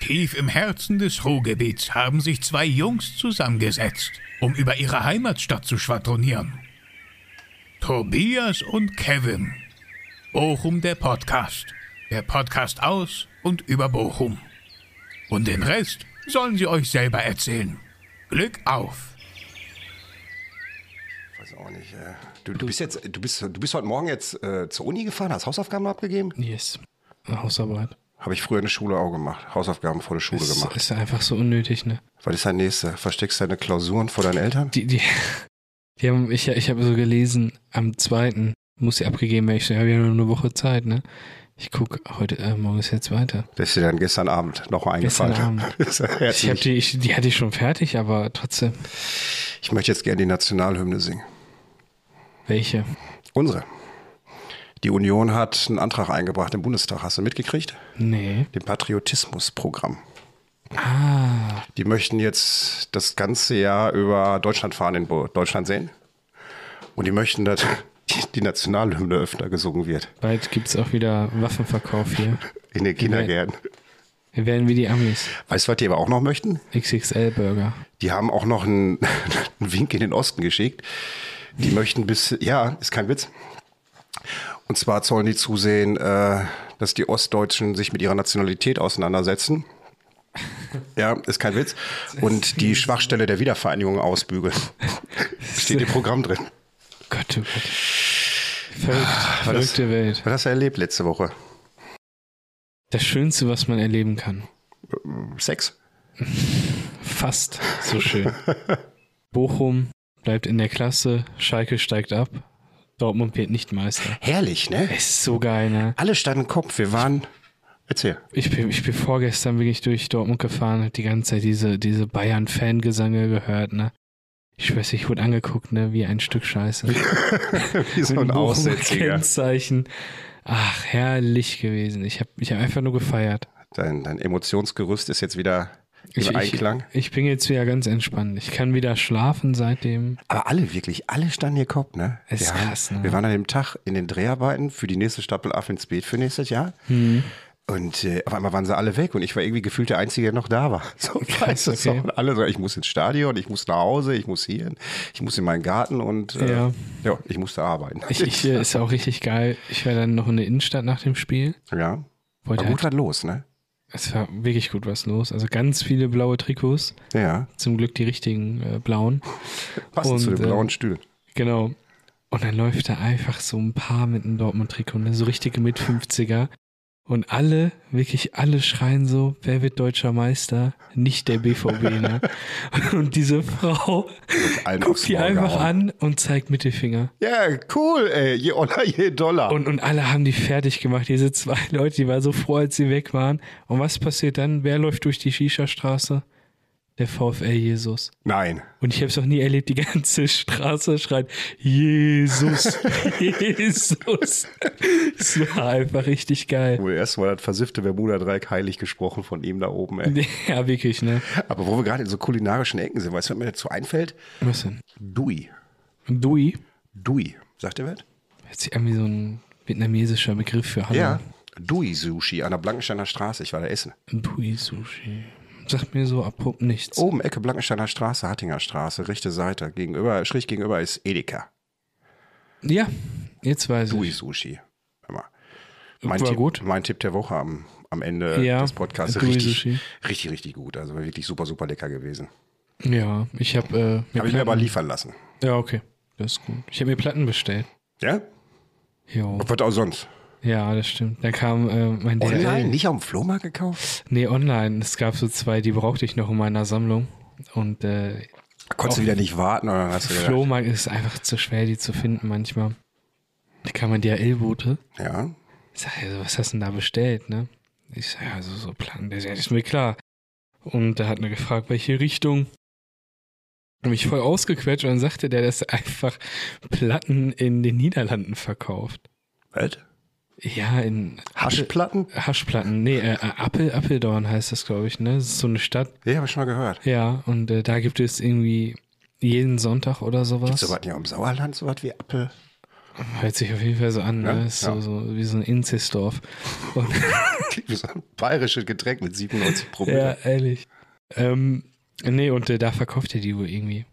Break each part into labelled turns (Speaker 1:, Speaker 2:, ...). Speaker 1: Tief im Herzen des Ruhrgebiets haben sich zwei Jungs zusammengesetzt, um über ihre Heimatstadt zu schwadronieren. Tobias und Kevin. Bochum der Podcast. Der Podcast aus und über Bochum. Und den Rest sollen sie euch selber erzählen. Glück auf!
Speaker 2: Weiß auch nicht. Äh. Du, du bist jetzt, du bist, du bist heute Morgen jetzt äh, zur Uni gefahren, hast Hausaufgaben abgegeben?
Speaker 3: Yes. Eine Hausarbeit.
Speaker 2: Habe ich früher in der Schule auch gemacht. Hausaufgaben vor der Schule
Speaker 3: Ist,
Speaker 2: gemacht.
Speaker 3: ist einfach so unnötig, ne?
Speaker 2: Was ist dein nächster? Versteckst deine Klausuren vor deinen Eltern?
Speaker 3: Die, die, die haben, ich, ich habe so gelesen, am zweiten muss sie abgegeben werden. Ich so, ja, wir haben nur eine Woche Zeit, ne? Ich gucke, heute, äh, morgen ist jetzt weiter.
Speaker 2: Das ist dir dann gestern Abend noch
Speaker 3: Gestern
Speaker 2: eingefallen.
Speaker 3: Abend.
Speaker 2: Das ist ja
Speaker 3: Ich hab
Speaker 2: herzlich.
Speaker 3: die, ich, die hatte ich schon fertig, aber trotzdem.
Speaker 2: ich möchte jetzt gerne die Nationalhymne singen.
Speaker 3: Welche?
Speaker 2: Unsere. Die Union hat einen Antrag eingebracht im Bundestag. Hast du mitgekriegt?
Speaker 3: Nee.
Speaker 2: Dem Patriotismusprogramm.
Speaker 3: Ah,
Speaker 2: Die möchten jetzt das ganze Jahr über Deutschland fahren, in Bo- Deutschland sehen. Und die möchten, dass die- die Nationalhymne öfter gesungen wird.
Speaker 3: bald gibt's auch wieder Waffenverkauf hier.
Speaker 2: In den Kindergärten.
Speaker 3: Wir werden wie die Amis.
Speaker 2: Weißt du, was die aber auch noch möchten?
Speaker 3: XXL-Burger.
Speaker 2: Die haben auch noch einen, einen Wink in den Osten geschickt. Die möchten bis, ja, ist kein Witz. Und zwar sollen die zusehen, äh, dass die Ostdeutschen sich mit ihrer Nationalität auseinandersetzen. Ja, ist kein Witz. Und die Schwachstelle der Wiedervereinigung ausbügeln. Steht im Programm drin.
Speaker 3: Gott, oh Gott. Verrückt,
Speaker 2: war das-
Speaker 3: verrückte Welt.
Speaker 2: Was hast du erlebt letzte Woche?
Speaker 3: Das Schönste, was man erleben kann.
Speaker 2: Sex?
Speaker 3: Fast so schön. Bochum bleibt in der Klasse, Schalke steigt ab, Dortmund wird nicht Meister.
Speaker 2: Herrlich, ne?
Speaker 3: Es ist so geil, ne?
Speaker 2: Alle standen Kopf. Wir waren. Erzähl.
Speaker 3: Ich bin, ich bin vorgestern wirklich durch Dortmund gefahren, hab die ganze Zeit diese, diese Bayern-Fangesange gehört, ne? Ich weiß, ich wurde angeguckt, ne? Wie ein Stück Scheiße.
Speaker 2: Wie so ein
Speaker 3: Bochumer
Speaker 2: Aussätziger.
Speaker 3: Kennzeichen. Ach, herrlich gewesen. Ich habe ich hab einfach nur gefeiert.
Speaker 2: Dein, dein Emotionsgerüst ist jetzt wieder im
Speaker 3: Ich, ich,
Speaker 2: Einklang.
Speaker 3: ich bin jetzt wieder ganz entspannt. Ich kann wieder schlafen seitdem.
Speaker 2: Aber alle wirklich, alle standen hier Kopf, ne?
Speaker 3: Ist
Speaker 2: wir
Speaker 3: krass, ne?
Speaker 2: Wir waren an dem Tag in den Dreharbeiten für die nächste Staffel Aff ins Beet für nächstes Jahr.
Speaker 3: Mhm.
Speaker 2: Und äh, auf einmal waren sie alle weg und ich war irgendwie gefühlt der Einzige, der noch da war. So, weißt du, so.
Speaker 3: okay.
Speaker 2: Und alle so, ich muss ins Stadion, ich muss nach Hause, ich muss hier, ich muss in meinen Garten und äh, ja.
Speaker 3: Ja.
Speaker 2: ich musste arbeiten.
Speaker 3: Ich, ich, äh, ist auch richtig geil. Ich war dann noch in der Innenstadt nach dem Spiel.
Speaker 2: ja. War
Speaker 3: Wollte
Speaker 2: gut
Speaker 3: halt,
Speaker 2: was los, ne?
Speaker 3: es war wirklich gut was los. Also ganz viele blaue Trikots.
Speaker 2: Ja.
Speaker 3: Zum Glück die richtigen äh, blauen.
Speaker 2: Passend zu
Speaker 3: Und,
Speaker 2: den blauen
Speaker 3: ähm,
Speaker 2: Stühlen.
Speaker 3: Genau. Und dann läuft da einfach so ein paar mit einem Dortmund-Trikot, ne? so richtige mit 50er. Und alle, wirklich alle schreien so, wer wird deutscher Meister? Nicht der BVB, ne? Und diese Frau
Speaker 2: Allen aufs
Speaker 3: guckt die
Speaker 2: Maul
Speaker 3: einfach
Speaker 2: gehauen.
Speaker 3: an und zeigt Mittelfinger.
Speaker 2: Ja, cool, ey. Je Oller, je Dollar.
Speaker 3: Und, und alle haben die fertig gemacht, diese zwei Leute, die waren so froh, als sie weg waren. Und was passiert dann? Wer läuft durch die Shisha-Straße? Der VfL Jesus.
Speaker 2: Nein.
Speaker 3: Und ich habe es noch nie erlebt, die ganze Straße schreit, Jesus, Jesus. Es war einfach richtig geil.
Speaker 2: Wohl erstmal das versiffte Bermuda-Dreieck heilig gesprochen von ihm da oben, ey.
Speaker 3: Ja, wirklich, ne?
Speaker 2: Aber wo wir gerade in so kulinarischen Ecken sind, weißt du, was mir dazu einfällt?
Speaker 3: Was denn?
Speaker 2: Dui.
Speaker 3: Und Dui,
Speaker 2: Dui. Sagt ihr was?
Speaker 3: hört sich an wie so ein vietnamesischer Begriff für Hallo.
Speaker 2: Ja. Dui-Sushi an der Blankensteiner Straße. Ich war da essen.
Speaker 3: Dui Sushi. Sagt mir so abrupt nichts.
Speaker 2: Oben Ecke Blankensteiner Straße, Hattinger Straße, rechte Seite. Gegenüber, schräg gegenüber ist Edeka.
Speaker 3: Ja, jetzt weiß ich.
Speaker 2: Dui-Sushi. Hör mal. Mein,
Speaker 3: War
Speaker 2: Tipp,
Speaker 3: gut.
Speaker 2: mein Tipp der Woche am, am Ende
Speaker 3: Ja,
Speaker 2: des Podcasts.
Speaker 3: Dui
Speaker 2: Richtig,
Speaker 3: Sushi.
Speaker 2: richtig, richtig gut. Also war wirklich super, super lecker gewesen.
Speaker 3: Ja, ich habe äh,
Speaker 2: Habe ich mir aber
Speaker 3: Platten-
Speaker 2: liefern lassen.
Speaker 3: Ja, okay. Das ist gut. Ich habe mir Platten bestellt.
Speaker 2: Ja?
Speaker 3: Jo.
Speaker 2: Was auch sonst?
Speaker 3: Ja, das stimmt. Da kam äh, mein DHL.
Speaker 2: Online? Nicht auf dem Flohmarkt gekauft?
Speaker 3: Nee, online. Es gab so zwei, die brauchte ich noch in meiner Sammlung. Und äh,
Speaker 2: Konntest du
Speaker 3: Auf-
Speaker 2: wieder nicht warten oder hast du gedacht,
Speaker 3: Flohmarkt ist einfach zu schwer, die zu finden manchmal. Da kam man DHL-Bote.
Speaker 2: Ja.
Speaker 3: Ich sag, also, was hast du denn da bestellt, ne? Ich sag, ja, so, so Platten. Der sagt, ist mir klar. Und da hat mir gefragt, welche Richtung. Und mich voll ausgequetscht und dann sagte der, dass er einfach Platten in den Niederlanden verkauft.
Speaker 2: Was?
Speaker 3: Ja, in
Speaker 2: Haschplatten?
Speaker 3: Haschplatten. Nee, äh, Appel, Appeldorn heißt das, glaube ich, ne? Das ist so eine Stadt.
Speaker 2: Ja, habe ich schon mal gehört.
Speaker 3: Ja, und äh, da gibt es irgendwie jeden Sonntag oder sowas.
Speaker 2: Gibt's sowas nicht auch im Sauerland, sowas wie Appel?
Speaker 3: Hört sich auf jeden Fall so an,
Speaker 2: Ja,
Speaker 3: ne? Ist
Speaker 2: ja.
Speaker 3: so, so wie so ein Inzestdorf. Und
Speaker 2: Klingt wie so ein bayerisches Getränk mit 97
Speaker 3: ja,
Speaker 2: Promille.
Speaker 3: ehrlich. Ähm, nee, und äh, da verkauft er die wohl irgendwie.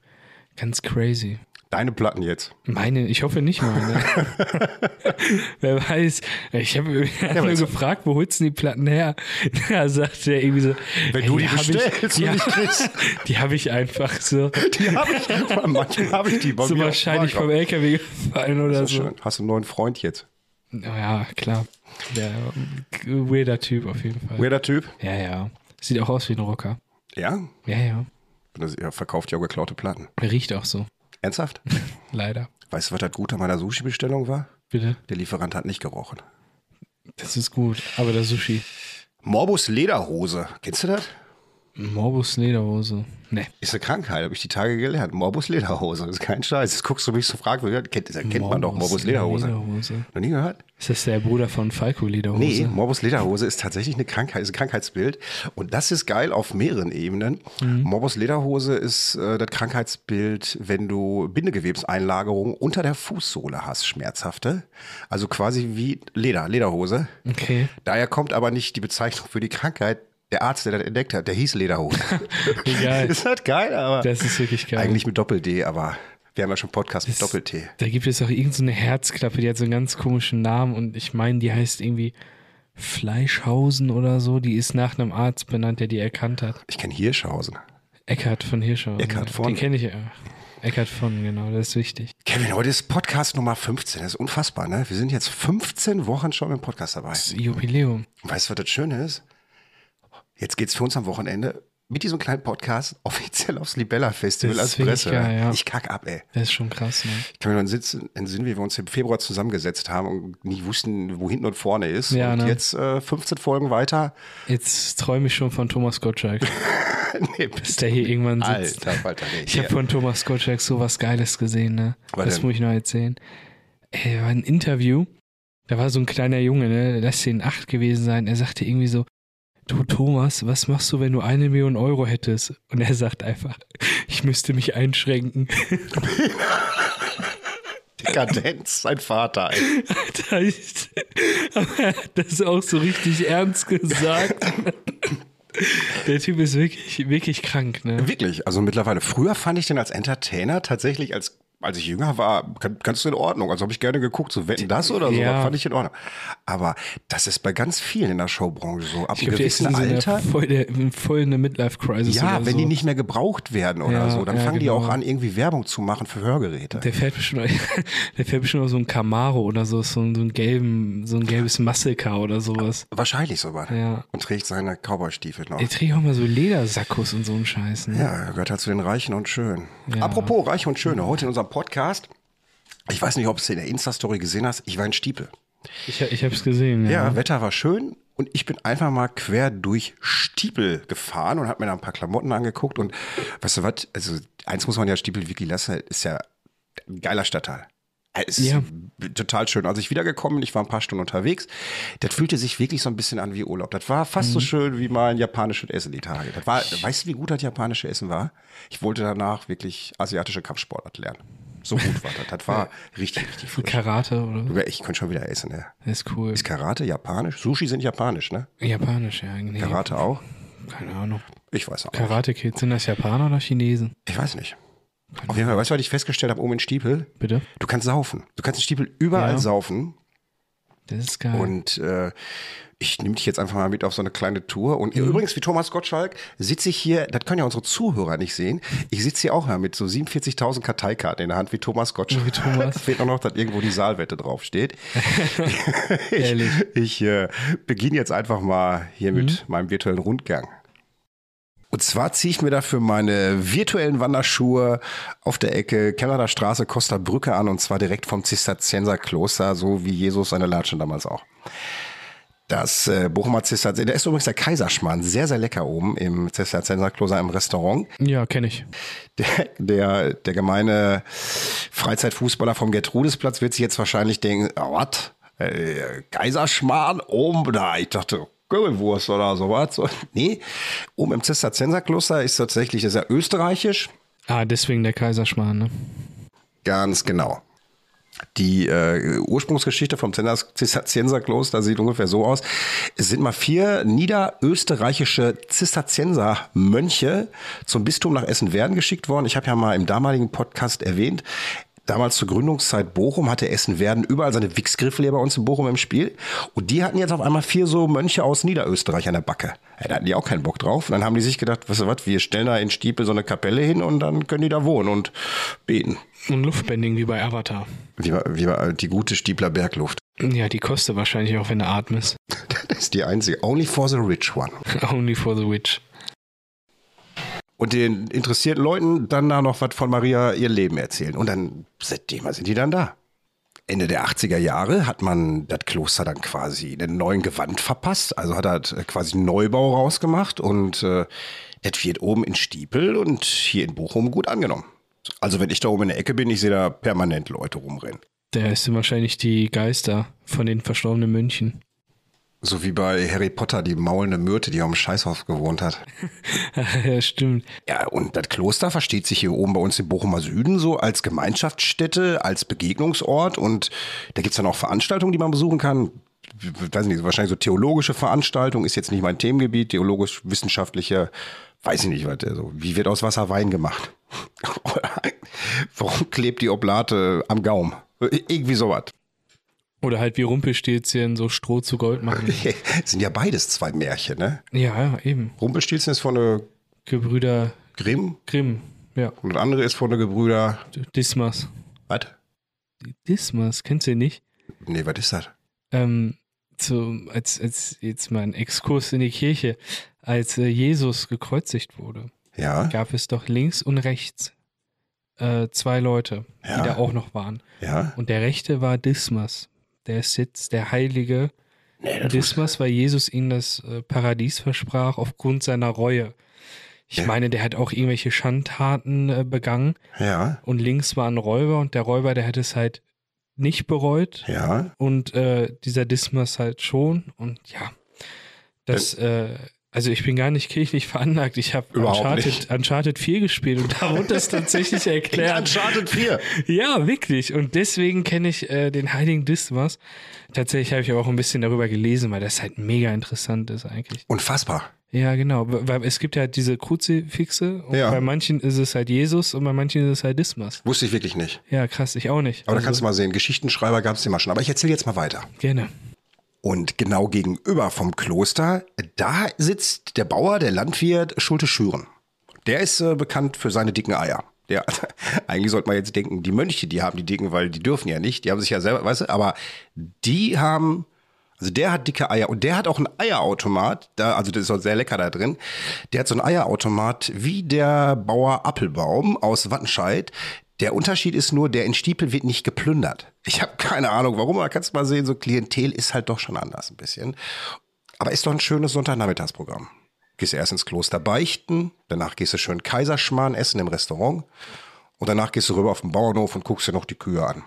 Speaker 3: Ganz crazy.
Speaker 2: Deine Platten jetzt.
Speaker 3: Meine, ich hoffe nicht mal. Ne? Wer weiß. Ich habe
Speaker 2: aber
Speaker 3: nur
Speaker 2: jetzt-
Speaker 3: gefragt, wo holst du denn die Platten her? Da sagt er irgendwie so.
Speaker 2: Wenn
Speaker 3: "Ey,
Speaker 2: du die
Speaker 3: hab
Speaker 2: bestellst
Speaker 3: ich,
Speaker 2: und
Speaker 3: ja,
Speaker 2: nicht kriegst.
Speaker 3: Die habe ich einfach so,
Speaker 2: Die habe ich. Manchmal habe ich die bei
Speaker 3: so
Speaker 2: mir. auf dem
Speaker 3: wahrscheinlich vom
Speaker 2: Lager.
Speaker 3: LKW gefallen oder
Speaker 2: Das ist
Speaker 3: so.
Speaker 2: schön. Hast du einen neuen Freund jetzt?
Speaker 3: Ja, klar. Der weirder Typ auf jeden Fall.
Speaker 2: Weirder Typ.
Speaker 3: Ja, ja. Sieht auch aus wie ein Rocker.
Speaker 2: Ja.
Speaker 3: Ja, ja.
Speaker 2: Das- Er verkauft ja auch geklaute Platten.
Speaker 3: Riecht auch so.
Speaker 2: Ernsthaft?
Speaker 3: Leider.
Speaker 2: Weißt du, was das Gute an meiner Sushi-Bestellung war?
Speaker 3: Bitte.
Speaker 2: Der Lieferant hat nicht gerochen.
Speaker 3: Das ist gut. Aber der Sushi.
Speaker 2: Morbus Lederhose. Kennst du das?
Speaker 3: Morbus Lederhose. Ne.
Speaker 2: Ist eine Krankheit, habe ich die Tage gelernt. Morbus Lederhose. Das ist kein Scheiß. Jetzt guckst du mich so fragwürdig. an. Kennt, kennt man doch Morbus Lederhose. Noch nie gehört?
Speaker 3: Ist das der Bruder von Falco Lederhose?
Speaker 2: Nee, Morbus Lederhose ist tatsächlich eine Krankheit, ist ein Krankheitsbild. Und das ist geil auf mehreren Ebenen.
Speaker 3: Mhm.
Speaker 2: Morbus Lederhose ist äh, das Krankheitsbild, wenn du Bindegewebseinlagerungen unter der Fußsohle hast, schmerzhafte. Also quasi wie Leder, Lederhose.
Speaker 3: Okay.
Speaker 2: Daher kommt aber nicht die Bezeichnung für die Krankheit. Der Arzt, der das entdeckt hat, der hieß Lederhose.
Speaker 3: Egal.
Speaker 2: ist halt geil, aber.
Speaker 3: Das ist wirklich geil.
Speaker 2: Eigentlich mit Doppel-D, aber wir haben ja schon Podcast mit Doppel-T.
Speaker 3: Da gibt es auch irgendeine so eine Herzklappe, die hat so einen ganz komischen Namen und ich meine, die heißt irgendwie Fleischhausen oder so. Die ist nach einem Arzt benannt, der die erkannt hat.
Speaker 2: Ich kenne Hirschhausen.
Speaker 3: Eckart von Hirschau.
Speaker 2: Eckhard von.
Speaker 3: Den kenne ich ja. Eckart von, genau, das ist wichtig.
Speaker 2: Kevin, heute ist Podcast Nummer 15. Das ist unfassbar, ne? Wir sind jetzt 15 Wochen schon im Podcast dabei.
Speaker 3: Das Jubiläum.
Speaker 2: Und weißt du, was das Schöne ist? Jetzt geht's für uns am Wochenende mit diesem kleinen Podcast offiziell aufs Libella-Festival
Speaker 3: Das
Speaker 2: als
Speaker 3: find ich
Speaker 2: Presse.
Speaker 3: geil, ja.
Speaker 2: Ich kack ab, ey.
Speaker 3: Das ist schon krass, ne?
Speaker 2: Ich kann mir noch entsitzen- entsinnen, wie wir uns im Februar zusammengesetzt haben und nie wussten, wo hinten und vorne ist.
Speaker 3: Ja,
Speaker 2: und
Speaker 3: ne?
Speaker 2: jetzt äh, 15 Folgen weiter.
Speaker 3: Jetzt träume ich schon von Thomas Gottschalk,
Speaker 2: nee,
Speaker 3: dass der hier irgendwann sitzt.
Speaker 2: Alter, Walter, nee,
Speaker 3: Ich habe
Speaker 2: hier.
Speaker 3: von Thomas Gottschalk sowas Geiles gesehen, ne?
Speaker 2: Was
Speaker 3: das
Speaker 2: denn?
Speaker 3: muss ich noch erzählen. Ey, war ein Interview. Da war so ein kleiner Junge, ne? Lass den acht gewesen sein. Er sagte irgendwie so, du Thomas, was machst du, wenn du eine Million Euro hättest? Und er sagt einfach, ich müsste mich einschränken.
Speaker 2: Dekadenz, sein Vater, ey.
Speaker 3: Alter, ich, aber er hat das auch so richtig ernst gesagt. Der Typ ist wirklich, wirklich krank, ne?
Speaker 2: Wirklich, also mittlerweile. Früher fand ich den als Entertainer tatsächlich, als, als ich jünger war, gan- ganz in Ordnung. Also habe ich gerne geguckt, so wetten das oder so,
Speaker 3: Ja.
Speaker 2: das fand ich in Ordnung. Aber das ist bei ganz vielen in der Showbranche so. Ab
Speaker 3: Ich
Speaker 2: einem
Speaker 3: glaube, der ist
Speaker 2: gewissen
Speaker 3: in so einer
Speaker 2: Alter.
Speaker 3: voll, der, voll in der Midlife-Crisis.
Speaker 2: Ja,
Speaker 3: oder
Speaker 2: wenn
Speaker 3: so.
Speaker 2: die nicht mehr gebraucht werden oder
Speaker 3: Ja,
Speaker 2: so, dann
Speaker 3: ja,
Speaker 2: fangen die
Speaker 3: genau.
Speaker 2: auch an, irgendwie Werbung zu machen für Hörgeräte.
Speaker 3: Der fährt bestimmt, der fährt bestimmt auch so ein Camaro oder so, so ein, so ein, gelben, so ein gelbes Muscle-Car oder sowas.
Speaker 2: Wahrscheinlich sogar.
Speaker 3: Ja.
Speaker 2: Und trägt seine Cowboy-Stiefel noch.
Speaker 3: Der trägt auch mal so Ledersackos und so einen Scheiß, ne?
Speaker 2: Ja, gehört halt zu den Reichen und Schönen.
Speaker 3: Ja.
Speaker 2: Apropos Reich und Schöne, heute in unserem Podcast, ich weiß nicht, ob du es in der Insta-Story gesehen hast, ich war in Stiepel.
Speaker 3: Ich, ich hab's gesehen,
Speaker 2: Ja,
Speaker 3: ja.
Speaker 2: Mhm. Wetter war schön und ich bin einfach mal quer durch Stiepel gefahren und habe mir da ein paar Klamotten angeguckt und weißt du was, also eins muss man ja Stiepel wirklich lassen, ist ja ein geiler Stadtteil. Äh, Es ist
Speaker 3: Ja.
Speaker 2: total schön. Als ich wiedergekommen bin, ich war ein paar Stunden unterwegs, das fühlte sich wirklich so ein bisschen an wie Urlaub. Das war fast so
Speaker 3: Mhm.
Speaker 2: schön wie mein japanisches Essen die Tage. Das war, weißt du, wie gut das japanische Essen war? Ich wollte danach wirklich asiatische Kampfsportart lernen. So gut war das. Das war richtig, richtig frisch.
Speaker 3: Karate oder so.
Speaker 2: Ich könnte schon wieder essen, ja.
Speaker 3: Das ist cool.
Speaker 2: Ist Karate japanisch? Sushi sind japanisch, ne?
Speaker 3: Japanisch, ja. Nee,
Speaker 2: Karate auch?
Speaker 3: Keine Ahnung.
Speaker 2: Ich weiß auch. nicht.
Speaker 3: Karate-Kids, sind das Japaner oder Chinesen?
Speaker 2: Ich weiß nicht. Auf jeden Fall, weißt du, was ich festgestellt habe oben in Stiepel?
Speaker 3: Bitte?
Speaker 2: Du kannst saufen. Du kannst in Stiepel überall
Speaker 3: Ja.
Speaker 2: saufen.
Speaker 3: Das ist geil.
Speaker 2: Und äh, ich nehme dich jetzt einfach mal mit auf so eine kleine Tour. Und
Speaker 3: Mhm.
Speaker 2: übrigens, wie Thomas Gottschalk, sitze ich hier, das können ja unsere Zuhörer nicht sehen, ich sitze hier auch mal mit so 47.000 Karteikarten in der Hand wie Thomas Gottschalk.
Speaker 3: Wie Thomas.
Speaker 2: Fehlt auch noch, dass irgendwo die Saalwette draufsteht.
Speaker 3: Ehrlich. Mhm.
Speaker 2: Ich äh, beginne jetzt einfach mal hier mit meinem virtuellen Rundgang. Und zwar ziehe ich mir dafür meine virtuellen Wanderschuhe auf der Ecke Kellerer Straße, Costa Brücke an und zwar direkt vom Zisterzienserkloster, so wie Jesus seine Latschen damals auch. Das äh, Bochumer Zisterzienser, da ist übrigens der Kaiserschmarrn, sehr, sehr lecker oben im Zisterzienserkloster im Restaurant
Speaker 3: Ja, kenne ich.
Speaker 2: der, der, der gemeine Freizeitfußballer vom Gertrudesplatz wird sich jetzt wahrscheinlich denken, oh, was? Äh, Kaiserschmarrn oben da. Ich dachte, Currywurst oder sowas. So, nee, oben im Zisterzienserkloster ist tatsächlich sehr österreichisch.
Speaker 3: Ah, deswegen der Kaiserschmarrn, ne?
Speaker 2: Ganz genau. Die äh, Ursprungsgeschichte vom Zisterzienserkloster sieht ungefähr so aus. Es sind mal vier niederösterreichische Zisterzienser-Mönche zum Bistum nach Essen-Werden geschickt worden. Ich habe ja mal im damaligen Podcast erwähnt, Damals zur Gründungszeit Bochum hatte Essen-Werden überall seine Wichsgriffle bei uns in Bochum im Spiel. Und die hatten jetzt auf einmal vier so Mönche aus Niederösterreich an der Backe. Ja, da hatten die auch keinen Bock drauf. Und dann haben die sich gedacht, weißt du was, wir stellen da in Stiepel so eine Kapelle hin und dann können die da wohnen und beten.
Speaker 3: Und Luftbending wie bei Avatar.
Speaker 2: Wie, bei- wie bei, äh, die gute Stiebler Bergluft.
Speaker 3: Ja, die kostet wahrscheinlich auch, wenn du atmest.
Speaker 2: Das ist die einzige. Only for the rich one.
Speaker 3: Only for the witch.
Speaker 2: Und den interessierten Leuten dann da noch was von Maria ihr Leben erzählen. Und dann, seitdem sind die dann da. Ende der 80er Jahre hat man das Kloster dann quasi einen neuen Gewand verpasst. Also hat er quasi einen Neubau rausgemacht und äh, das wird oben in Stiepel und hier in Bochum gut angenommen. Also wenn ich da oben in der Ecke bin, ich sehe da permanent Leute rumrennen.
Speaker 3: Da ist wahrscheinlich die Geister von den verstorbenen Mönchen.
Speaker 2: So wie bei Harry Potter, die maulende Myrte, die auf dem Scheißhaus gewohnt hat.
Speaker 3: ja, stimmt.
Speaker 2: Ja, und das Kloster versteht sich hier oben bei uns im Bochumer Süden so als Gemeinschaftsstätte, als Begegnungsort und da gibt's dann auch Veranstaltungen, die man besuchen kann. Ich Weiß nicht, wahrscheinlich so theologische Veranstaltung ist jetzt nicht mein Themengebiet, theologisch-wissenschaftliche, weiß ich nicht, was, also, wie wird aus Wasser Wein gemacht? Warum klebt die Oblate am Gaum? Irgendwie sowas.
Speaker 3: Oder halt wie Rumpelstilzchen so Stroh zu Gold machen.
Speaker 2: Sind ja beides zwei Märchen, ne?
Speaker 3: ja, eben.
Speaker 2: Rumpelstilzchen ist von der
Speaker 3: Gebrüder
Speaker 2: Grimm
Speaker 3: Grimm. Ja,
Speaker 2: und das andere ist von der Gebrüder.
Speaker 3: Dismas.
Speaker 2: Was?
Speaker 3: Dismas, kennst du den nicht?
Speaker 2: Nee, was ist das?
Speaker 3: ähm, zu, als, als jetzt mal ein Exkurs in die Kirche, als äh, Jesus gekreuzigt wurde,
Speaker 2: Ja.
Speaker 3: gab es doch links und rechts äh, zwei Leute,
Speaker 2: Ja.
Speaker 3: die da auch noch waren.
Speaker 2: Ja.
Speaker 3: Und der rechte war Dismas. Der ist jetzt der Heilige Dismas, weil Jesus ihm das äh, Paradies versprach aufgrund seiner Reue. Ich
Speaker 2: Ja.
Speaker 3: meine, der hat auch irgendwelche Schandtaten äh, begangen
Speaker 2: Ja.
Speaker 3: und links war ein Räuber und der Räuber, der hat es halt nicht bereut
Speaker 2: Ja.
Speaker 3: und äh, dieser Dismas halt schon und ja, das, äh, also ich bin gar nicht kirchlich veranlagt, ich habe
Speaker 2: Überhaupt
Speaker 3: Uncharted,
Speaker 2: nicht.
Speaker 3: Uncharted 4 gespielt und da wurde das tatsächlich erklärt.
Speaker 2: Uncharted 4.
Speaker 3: Ja, wirklich und deswegen kenne ich äh, den heiligen Dismas. Tatsächlich habe ich aber auch ein bisschen darüber gelesen, weil das halt mega interessant ist eigentlich.
Speaker 2: Unfassbar.
Speaker 3: Ja, genau, weil es gibt ja halt diese Kruzifixe und
Speaker 2: Ja.
Speaker 3: bei manchen ist es halt Jesus und bei manchen ist es halt Dismas.
Speaker 2: Wusste ich wirklich nicht.
Speaker 3: Ja, krass, ich auch nicht.
Speaker 2: Aber da
Speaker 3: Also,
Speaker 2: kannst du mal sehen, Geschichtenschreiber gab es immer schon. Aber ich erzähle jetzt mal weiter.
Speaker 3: gerne.
Speaker 2: Und genau gegenüber vom Kloster, da sitzt der Bauer, der Landwirt Schulte Schüren. Der ist äh, bekannt für seine dicken Eier. Der, eigentlich sollte man jetzt denken, die Mönche, die haben die dicken, weil die dürfen ja nicht. Die haben sich ja selber, weißt du, aber die haben, also der hat dicke Eier und der hat auch einen Eierautomat, da, also das ist auch sehr lecker da drin. Der hat so einen Eierautomat wie der Bauer Appelbaum aus Wattenscheid. Der Unterschied ist nur, der in Stiepel wird nicht geplündert. Ich habe keine Ahnung, warum, aber kannst du mal sehen, so Klientel ist halt doch schon anders ein bisschen. Aber ist doch ein schönes Sonntagnachmittagsprogramm. Gehst erst ins Kloster beichten, danach gehst du schön Kaiserschmarrn essen im Restaurant und danach gehst du rüber auf den Bauernhof und guckst dir noch die Kühe an.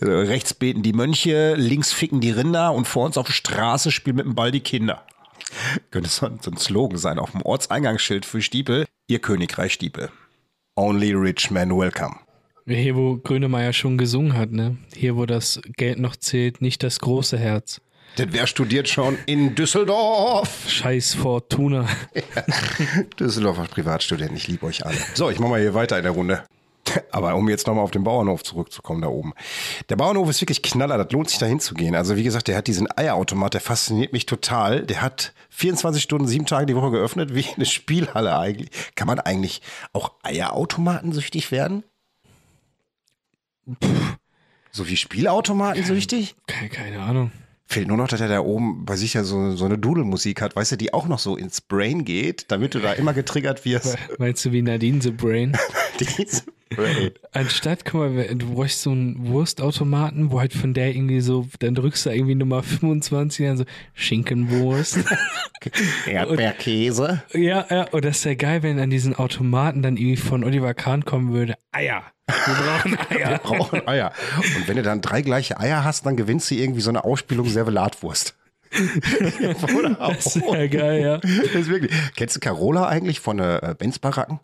Speaker 2: Rechts beten die Mönche, links ficken die Rinder und vor uns auf der Straße spielen mit dem Ball die Kinder. Könnte so ein, so ein Slogan sein auf dem Ortseingangsschild für Stiepel. Ihr Königreich Stiepel. Only rich men welcome.
Speaker 3: Hier, wo Grönemeyer schon gesungen hat, ne? Hier, wo das Geld noch zählt, nicht das große Herz.
Speaker 2: Denn wer studiert schon in Düsseldorf?
Speaker 3: Scheiß Fortuna.
Speaker 2: Düsseldorfer Privatstudenten, ich liebe euch alle. So, ich mache mal hier weiter in der Runde. Aber um jetzt nochmal auf den Bauernhof zurückzukommen da oben. Der Bauernhof ist wirklich knaller, das lohnt sich da hinzugehen. Also wie gesagt, der hat diesen Eierautomat, der fasziniert mich total. Der hat 24 Stunden, sieben Tage die Woche geöffnet, wie eine Spielhalle eigentlich. Kann man eigentlich auch Eierautomaten süchtig werden? So wie Spielautomaten süchtig?
Speaker 3: Keine, keine Ahnung.
Speaker 2: Fehlt nur noch, dass er da oben bei sich ja so, so eine Dudelmusik hat, weißt du, die auch noch so ins Brain geht, damit du da immer getriggert wirst.
Speaker 3: Meinst du wie Nadine the Brain?
Speaker 2: Diese Brain.
Speaker 3: Anstatt, guck mal, du bräuchst so einen Wurstautomaten, wo halt von der irgendwie so, dann drückst du da irgendwie Nummer 25, dann so Schinkenwurst.
Speaker 2: Erdbeerkäse.
Speaker 3: ja, ja, und das wäre geil, wenn an diesen Automaten dann irgendwie von Oliver Kahn kommen würde. Eier. Wir brauchen Eier.
Speaker 2: Brauchen Eier. Und wenn du dann drei gleiche Eier hast, dann gewinnst du irgendwie so eine Ausspielung Servelatwurst. Oder auch.
Speaker 3: Das wäre geil, ja.
Speaker 2: Das ist wirklich. Kennst du Carola eigentlich von äh, Benz Baracken?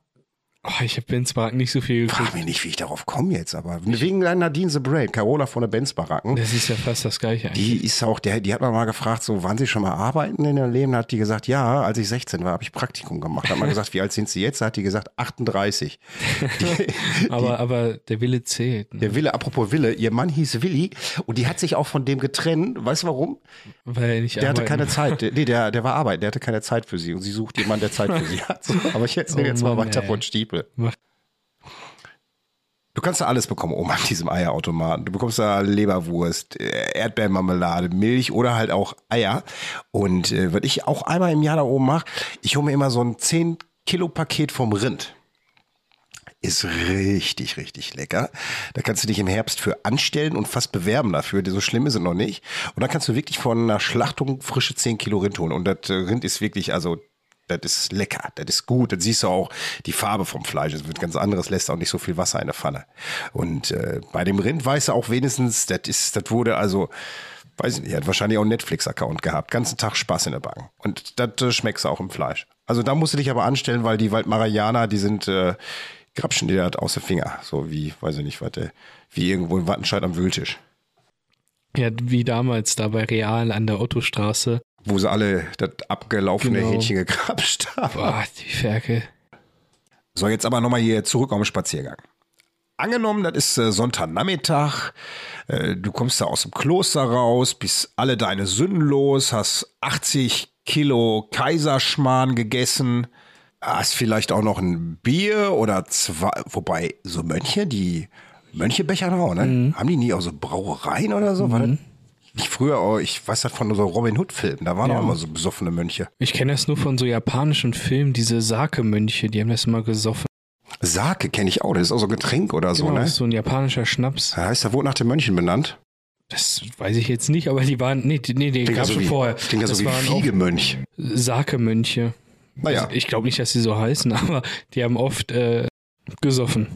Speaker 3: Oh, ich habe Benzbaracken nicht so viel
Speaker 2: Frag
Speaker 3: geguckt.
Speaker 2: mich nicht, wie ich darauf komme jetzt, aber wegen deiner Nadine The Brain, Carola von der Benz Baracken,
Speaker 3: Das ist ja fast das Gleiche eigentlich.
Speaker 2: die ist auch, der, die hat man mal gefragt, so, waren Sie schon mal arbeiten in ihrem Leben? Da hat die gesagt, ja, als ich 16 war, habe ich Praktikum gemacht. Da hat man gesagt, wie alt sind Sie jetzt? Da hat die gesagt, 38.
Speaker 3: Aber, aber der Wille zählt. Ne?
Speaker 2: Der Wille, apropos Wille, ihr Mann hieß Willi und die hat sich auch von dem getrennt. Weißt du warum?
Speaker 3: Weil er nicht
Speaker 2: Der hatte
Speaker 3: arbeiten
Speaker 2: keine
Speaker 3: war.
Speaker 2: Zeit. Der- Nee, der, der war arbeiten, der hatte keine Zeit für sie und sie sucht jemanden, der Zeit für sie hat. So, aber ich erzähle
Speaker 3: Oh
Speaker 2: jetzt mal
Speaker 3: Mann,
Speaker 2: weiter
Speaker 3: ey.
Speaker 2: von Stiepel.
Speaker 3: Mach-
Speaker 2: Du kannst da alles bekommen, Oma, an diesem Eierautomaten. Du bekommst da Leberwurst, äh, Erdbeermarmelade, Milch oder halt auch Eier. Und äh, was ich auch einmal im Jahr da oben mache, ich hole mir immer so ein 10-Kilo-Paket vom Rind. Ist richtig, richtig lecker. Da kannst du dich im Herbst für anstellen und fast bewerben dafür. So schlimm ist es noch nicht. Und dann kannst du wirklich von einer Schlachtung frische 10 Kilo Rind holen. Und das äh, Rind ist wirklich, also, das ist lecker, das ist gut. Das siehst du auch die Farbe vom Fleisch. Es wird ganz anderes, lässt auch nicht so viel Wasser in der Pfanne. Und äh, bei dem Rind weißt du auch wenigstens, das ist, das wurde also, weiß ich nicht, hat wahrscheinlich auch einen Netflix-Account gehabt. Ganzen Tag Spaß in der Backen. Und das äh, schmeckst du auch im Fleisch. Also da musst du dich aber anstellen, weil die Waldmarianer, die sind, äh, grapschen dir das aus den Finger. So wie, weiß ich nicht, was, äh, wie irgendwo in Wattenscheid am Wühltisch.
Speaker 3: Ja, wie damals da bei Real an der Ottostraße.
Speaker 2: Wo sie alle das abgelaufene
Speaker 3: Genau.
Speaker 2: Hähnchen gekrapscht haben.
Speaker 3: Boah, die Ferkel.
Speaker 2: So, jetzt aber nochmal hier zurück auf den Spaziergang. Angenommen, das ist äh, Sonntagnachmittag, äh, du kommst da aus dem Kloster raus, bist alle deine Sünden los, hast 80 Kilo Kaiserschmarrn gegessen, hast vielleicht auch noch ein Bier oder zwei, wobei so Mönche, die Mönche bechern auch, ne? Haben die nie auch so Brauereien oder so? War das- Ich früher, auch, ich weiß das von so Robin Hood-Filmen, da waren auch immer so besoffene Mönche.
Speaker 3: Ich kenne das nur von so japanischen Filmen, diese Sake-Mönche, die haben das immer gesoffen.
Speaker 2: Sake kenne ich auch, das ist auch so ein Getränk oder so,
Speaker 3: Genau,
Speaker 2: ne?
Speaker 3: so ein japanischer Schnaps.
Speaker 2: Da heißt, er wurde nach den Mönchen benannt.
Speaker 3: Das weiß ich jetzt nicht, aber die waren, nee, die- nee, die gab es schon
Speaker 2: wie,
Speaker 3: vorher.
Speaker 2: Klingt ja
Speaker 3: das
Speaker 2: so wie
Speaker 3: waren auch
Speaker 2: Fliegemönch.
Speaker 3: Sake-Mönche.
Speaker 2: Naja.
Speaker 3: Also ich glaube nicht, dass die so heißen, aber die haben oft äh, gesoffen.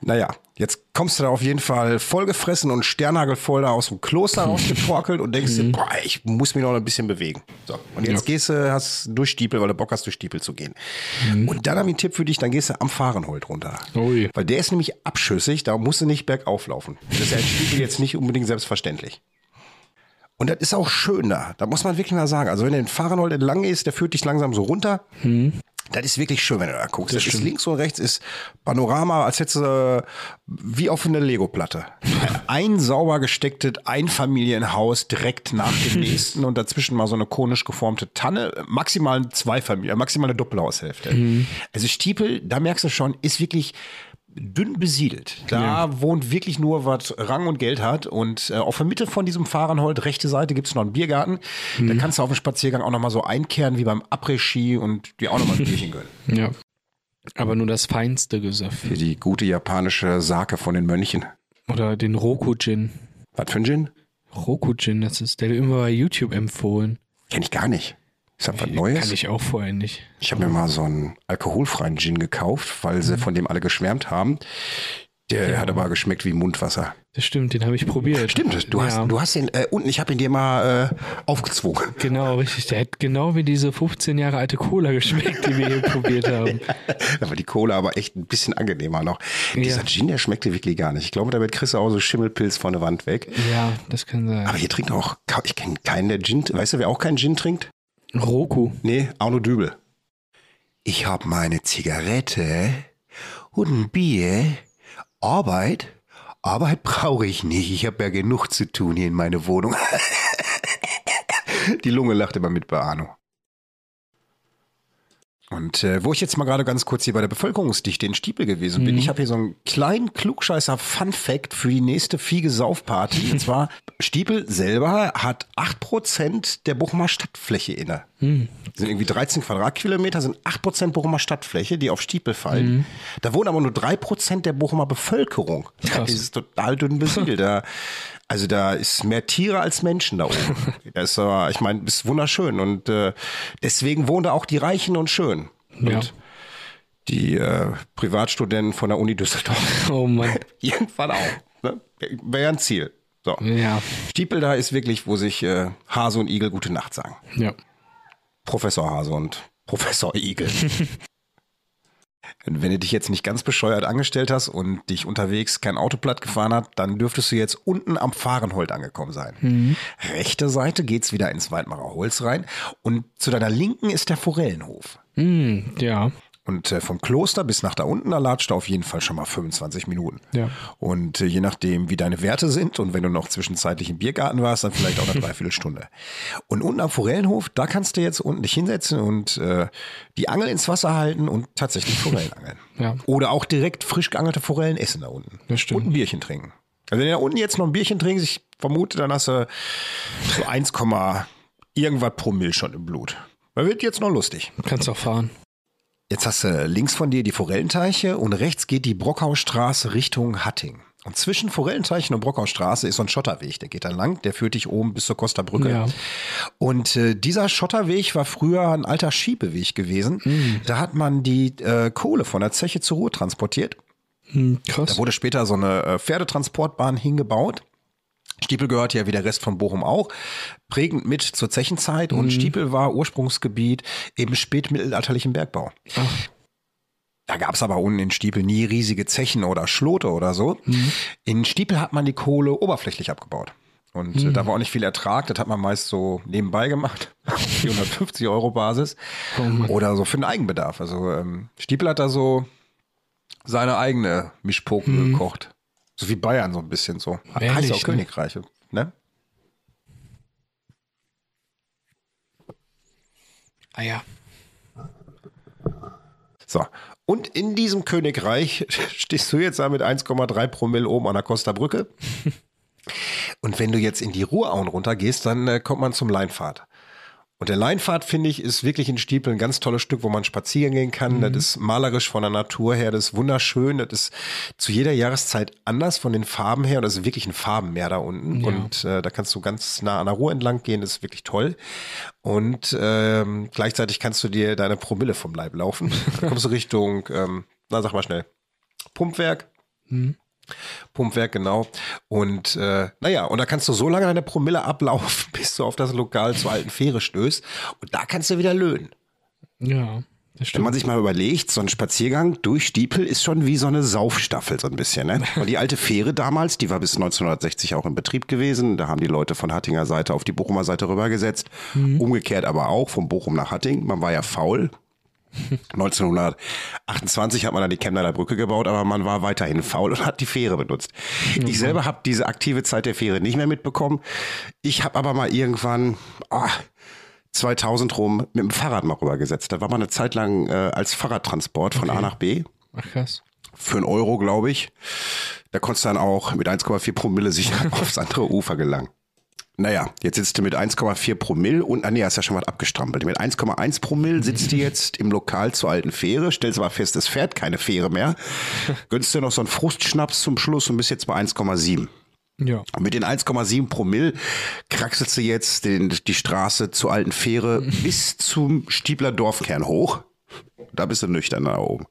Speaker 2: Naja, jetzt kommst du da auf jeden Fall vollgefressen und sternhagelvoll da aus dem Kloster rausgetorkelt und denkst
Speaker 3: Mhm.
Speaker 2: dir, boah, ich muss mich noch ein bisschen bewegen. So, und jetzt gehst du hast durch Stiepel, weil du Bock hast, durch Stiepel zu gehen. Und dann habe ich einen Tipp für dich, dann gehst du am Fahrenhold runter.
Speaker 3: Mhm. Ui.
Speaker 2: Weil der ist nämlich abschüssig, da musst du nicht bergauf laufen. Das ist ja in Stiepel jetzt nicht unbedingt selbstverständlich. Und das ist auch schön da. Da muss man wirklich mal sagen. Also wenn du den Fahrenhold entlang gehst, der führt dich langsam so runter. Das ist wirklich schön, wenn du da guckst. Das ist links und rechts ist Panorama, als hättest du äh, wie auf einer Lego-Platte. Ein sauber gestecktes Einfamilienhaus direkt nach dem nächsten und dazwischen mal so eine konisch geformte Tanne. Maximal ein Zweifamilien, maximal eine Doppelhaushälfte. Also Stiepel, da merkst du schon, ist wirklich dünn besiedelt. Da wohnt wirklich nur, was Rang und Geld hat. Und äh, auf der Mitte von diesem Fahrenhold, rechte Seite, gibt es noch einen Biergarten. Da kannst du auf dem Spaziergang auch nochmal so einkehren wie beim Après-Ski und dir auch nochmal ein Bierchen gönnen.
Speaker 3: Ja. Aber nur das feinste Gesöff.
Speaker 2: Die gute japanische Sake von den Mönchen.
Speaker 3: Oder den Roku-Gin.
Speaker 2: Was für ein Gin?
Speaker 3: Roku-Gin, das ist, der wird immer bei YouTube empfohlen.
Speaker 2: Kenn ich gar nicht. Ist das was
Speaker 3: Kann
Speaker 2: Neues? Ich,
Speaker 3: ich auch vorher nicht.
Speaker 2: habe mir mal so einen alkoholfreien Gin gekauft, weil sie von dem alle geschwärmt haben. Der hat aber geschmeckt wie Mundwasser.
Speaker 3: Das stimmt, den habe ich probiert.
Speaker 2: Stimmt, du,
Speaker 3: Ja.
Speaker 2: hast, du hast den, äh, unten, ich habe ihn dir mal äh, aufgezwungen.
Speaker 3: Genau, richtig. Der hat genau wie diese 15 Jahre alte Cola geschmeckt, die wir hier probiert haben.
Speaker 2: Da war die Cola aber echt ein bisschen angenehmer noch. Dieser Gin, der schmeckte wirklich gar nicht. Ich glaube, damit kriegst du auch so Schimmelpilz von der Wand weg.
Speaker 3: Ja, das kann sein.
Speaker 2: Aber hier trinkt auch, ka- ich kenne keinen, der Gin, weißt du, wer auch keinen Gin trinkt?
Speaker 3: Roku.
Speaker 2: Nee, Arno Dübel. Ich habe meine Zigarette und ein Bier. Arbeit? Arbeit brauche ich nicht. Ich habe ja genug zu tun hier in meiner Wohnung. Die Lunge lacht immer mit bei Arno. Und äh, wo ich jetzt mal gerade ganz kurz hier bei der Bevölkerungsdichte in Stiepel gewesen bin, ich habe hier so einen kleinen klugscheißer Fun-Fact für die nächste fiege Saufparty. und zwar, Stiepel selber hat 8% der Bochumer Stadtfläche inne. Sind irgendwie 13 Quadratkilometer, sind 8% Bochumer Stadtfläche, die auf Stiepel fallen. Da wohnen aber nur 3% der Bochumer Bevölkerung. Ja,
Speaker 3: Krass.
Speaker 2: das ist total dünn besiedelt. da, also da ist mehr Tiere als Menschen da oben. Das ist, aber- ich meine, ist wunderschön. Und äh, deswegen wohnen da auch die Reichen und Schön.
Speaker 3: Ja.
Speaker 2: Die äh, Privatstudenten von der Uni Düsseldorf.
Speaker 3: Oh Mann.
Speaker 2: Irgendwann auch. Ne? Wäre ja ein Ziel. So.
Speaker 3: Ja.
Speaker 2: Stiepel da ist wirklich, wo sich äh, Hase und Igel gute Nacht sagen.
Speaker 3: Ja.
Speaker 2: Professor Hase und Professor Igel. Wenn du dich jetzt nicht ganz bescheuert angestellt hast und dich unterwegs kein Auto platt gefahren hat, dann dürftest du jetzt unten am Fahrenhold angekommen sein. Rechte Seite geht's wieder ins Weidmacher Holz rein und zu deiner linken ist der Forellenhof.
Speaker 3: Hm, ja.
Speaker 2: Und äh, vom Kloster bis nach da unten, da latscht er auf jeden Fall schon mal 25 Minuten.
Speaker 3: Ja.
Speaker 2: Und äh, je nachdem, wie deine Werte sind und wenn du noch zwischenzeitlich im Biergarten warst, dann vielleicht auch eine Dreiviertelstunde. Und unten am Forellenhof, da kannst du jetzt unten dich hinsetzen und äh, die Angel ins Wasser halten und tatsächlich Forellen angeln.
Speaker 3: Ja.
Speaker 2: Oder auch direkt frisch geangelte Forellen essen da unten.
Speaker 3: Das stimmt.
Speaker 2: Und ein Bierchen trinken. Also wenn du da unten jetzt noch ein Bierchen trinkst, ich vermute, dann hast du so 1, irgendwas Promille schon im Blut. Da wird jetzt noch lustig.
Speaker 3: Kannst auch fahren.
Speaker 2: Jetzt hast du links von dir die Forellenteiche und rechts geht die Brockhausstraße Richtung Hatting. Und zwischen Forellenteichen und Brockhausstraße ist so ein Schotterweg. Der geht dann lang, der führt dich oben bis zur Costa Brücke.
Speaker 3: Ja.
Speaker 2: Und äh, dieser Schotterweg war früher ein alter Schiebeweg gewesen. Da hat man die äh, Kohle von der Zeche zur Ruhr transportiert.
Speaker 3: Hm, krass.
Speaker 2: Da wurde später so eine äh, Pferdetransportbahn hingebaut. Stiepel gehört ja wie der Rest von Bochum auch, prägend mit zur Zechenzeit und Stiepel war Ursprungsgebiet eben spätmittelalterlichen Bergbau. Da gab es aber unten in Stiepel nie riesige Zechen oder Schlote oder so. In Stiepel hat man die Kohle oberflächlich abgebaut. Und äh, da war auch nicht viel Ertrag, das hat man meist so nebenbei gemacht, 450 Euro Basis oder so für den Eigenbedarf. Also ähm, Stiepel hat da so seine eigene Mischpoke gekocht. So wie Bayern so ein bisschen so.
Speaker 3: Ehrlich,
Speaker 2: Heißt ja auch
Speaker 3: ne?
Speaker 2: Königreiche, ne?
Speaker 3: ah ja.
Speaker 2: So. Und in diesem Königreich stehst du jetzt da mit 1,3 Promille oben an der Costa Brücke. Und wenn du jetzt in die Ruhrauen runtergehst, dann äh, kommt man zum Leinfahrt. Und der Leinfahrt, finde ich, ist wirklich in Stiepel ein ganz tolles Stück, wo man spazieren gehen kann. Das ist malerisch von der Natur her, das ist wunderschön, das ist zu jeder Jahreszeit anders von den Farben her. Und das ist wirklich ein Farbenmeer da unten. Und äh, da kannst du ganz nah an der Ruhr entlang gehen, das ist wirklich toll. Und ähm, gleichzeitig kannst du dir deine Promille vom Leib laufen. Dann kommst du Richtung, ähm, na sag mal schnell, Pumpwerk. Pumpwerk, genau. Und äh, naja, und da kannst du so lange deine Promille ablaufen, bis du auf das Lokal zur alten Fähre stößt. Und da kannst du wieder löhnen.
Speaker 3: Ja, das
Speaker 4: Wenn
Speaker 3: stimmt.
Speaker 4: man sich mal überlegt, so ein Spaziergang durch Stiepel ist schon wie so eine Saufstaffel so ein bisschen. Ne? Und die alte Fähre damals, die war bis 1960 auch in Betrieb gewesen. Da haben die Leute von Hattinger Seite auf die Bochumer Seite rübergesetzt. Umgekehrt aber auch, von Bochum nach Hatting. Man war ja faul. 1928 hat man dann die Chemnader Brücke gebaut, aber man war weiterhin faul und hat die Fähre benutzt. Ich selber habe diese aktive Zeit der Fähre nicht mehr mitbekommen. Ich habe aber mal irgendwann... ah, 2000 rum mit dem Fahrrad mal rübergesetzt. Da war mal eine Zeit lang äh, als Fahrradtransport von A nach B
Speaker 3: Ach krass.
Speaker 4: für einen Euro, glaube ich. Da konntest du dann auch mit 1,4 Promille sicher aufs andere Ufer gelangen. Naja, jetzt sitzt du mit 1,4 Promille und, ah nee, hast ja schon mal abgestrampelt. Mit 1,1 Promille sitzt du jetzt im Lokal zur alten Fähre, stellst aber fest, es fährt keine Fähre mehr, gönnst dir noch so einen Frustschnaps zum Schluss und bist jetzt bei 1,7.
Speaker 3: Ja.
Speaker 4: Und mit den 1,7 Promille kraxelst du jetzt den, die Straße zur alten Fähre bis zum Stiebler Dorfkern hoch. Da bist du nüchtern da oben.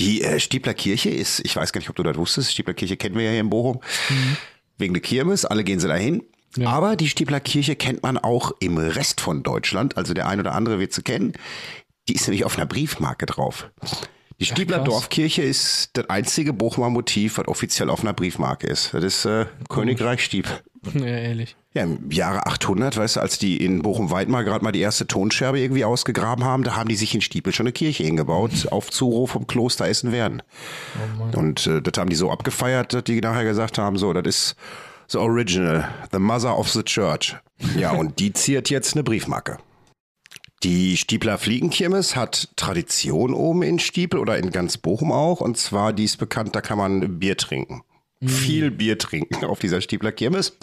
Speaker 4: Die äh, Stiebler Kirche ist, ich weiß gar nicht, ob du das wusstest, Stiebler Kirche kennen wir ja hier in Bochum, wegen der Kirmes, alle gehen sie dahin. Aber die Stiebler Kirche kennt man auch im Rest von Deutschland, also der ein oder andere wird sie kennen. Die ist nämlich auf einer Briefmarke drauf. Die Stiebler
Speaker 3: krass.
Speaker 4: Dorfkirche ist das einzige Bochumer Motiv, was offiziell auf einer Briefmarke ist. Das ist äh, Königreich Stieb.
Speaker 3: Ja, ehrlich.
Speaker 4: Ja, im Jahre 800, weißt du, als die in Bochum-Weidmar gerade mal die erste Tonscherbe irgendwie ausgegraben haben, da haben die sich in Stiepel schon eine Kirche hingebaut, auf Zuruf vom Kloster Essen-Werden. Und äh, das haben die so abgefeiert, dass die nachher gesagt haben, so, das ist the original, the mother of the church. Ja, und die ziert jetzt eine Briefmarke. Die Stiepler Fliegenkirmes hat Tradition oben in Stiepel oder in ganz Bochum auch. Und zwar, die ist bekannt, da kann man Bier trinken. Viel Bier trinken auf dieser Stiebler Kirmes.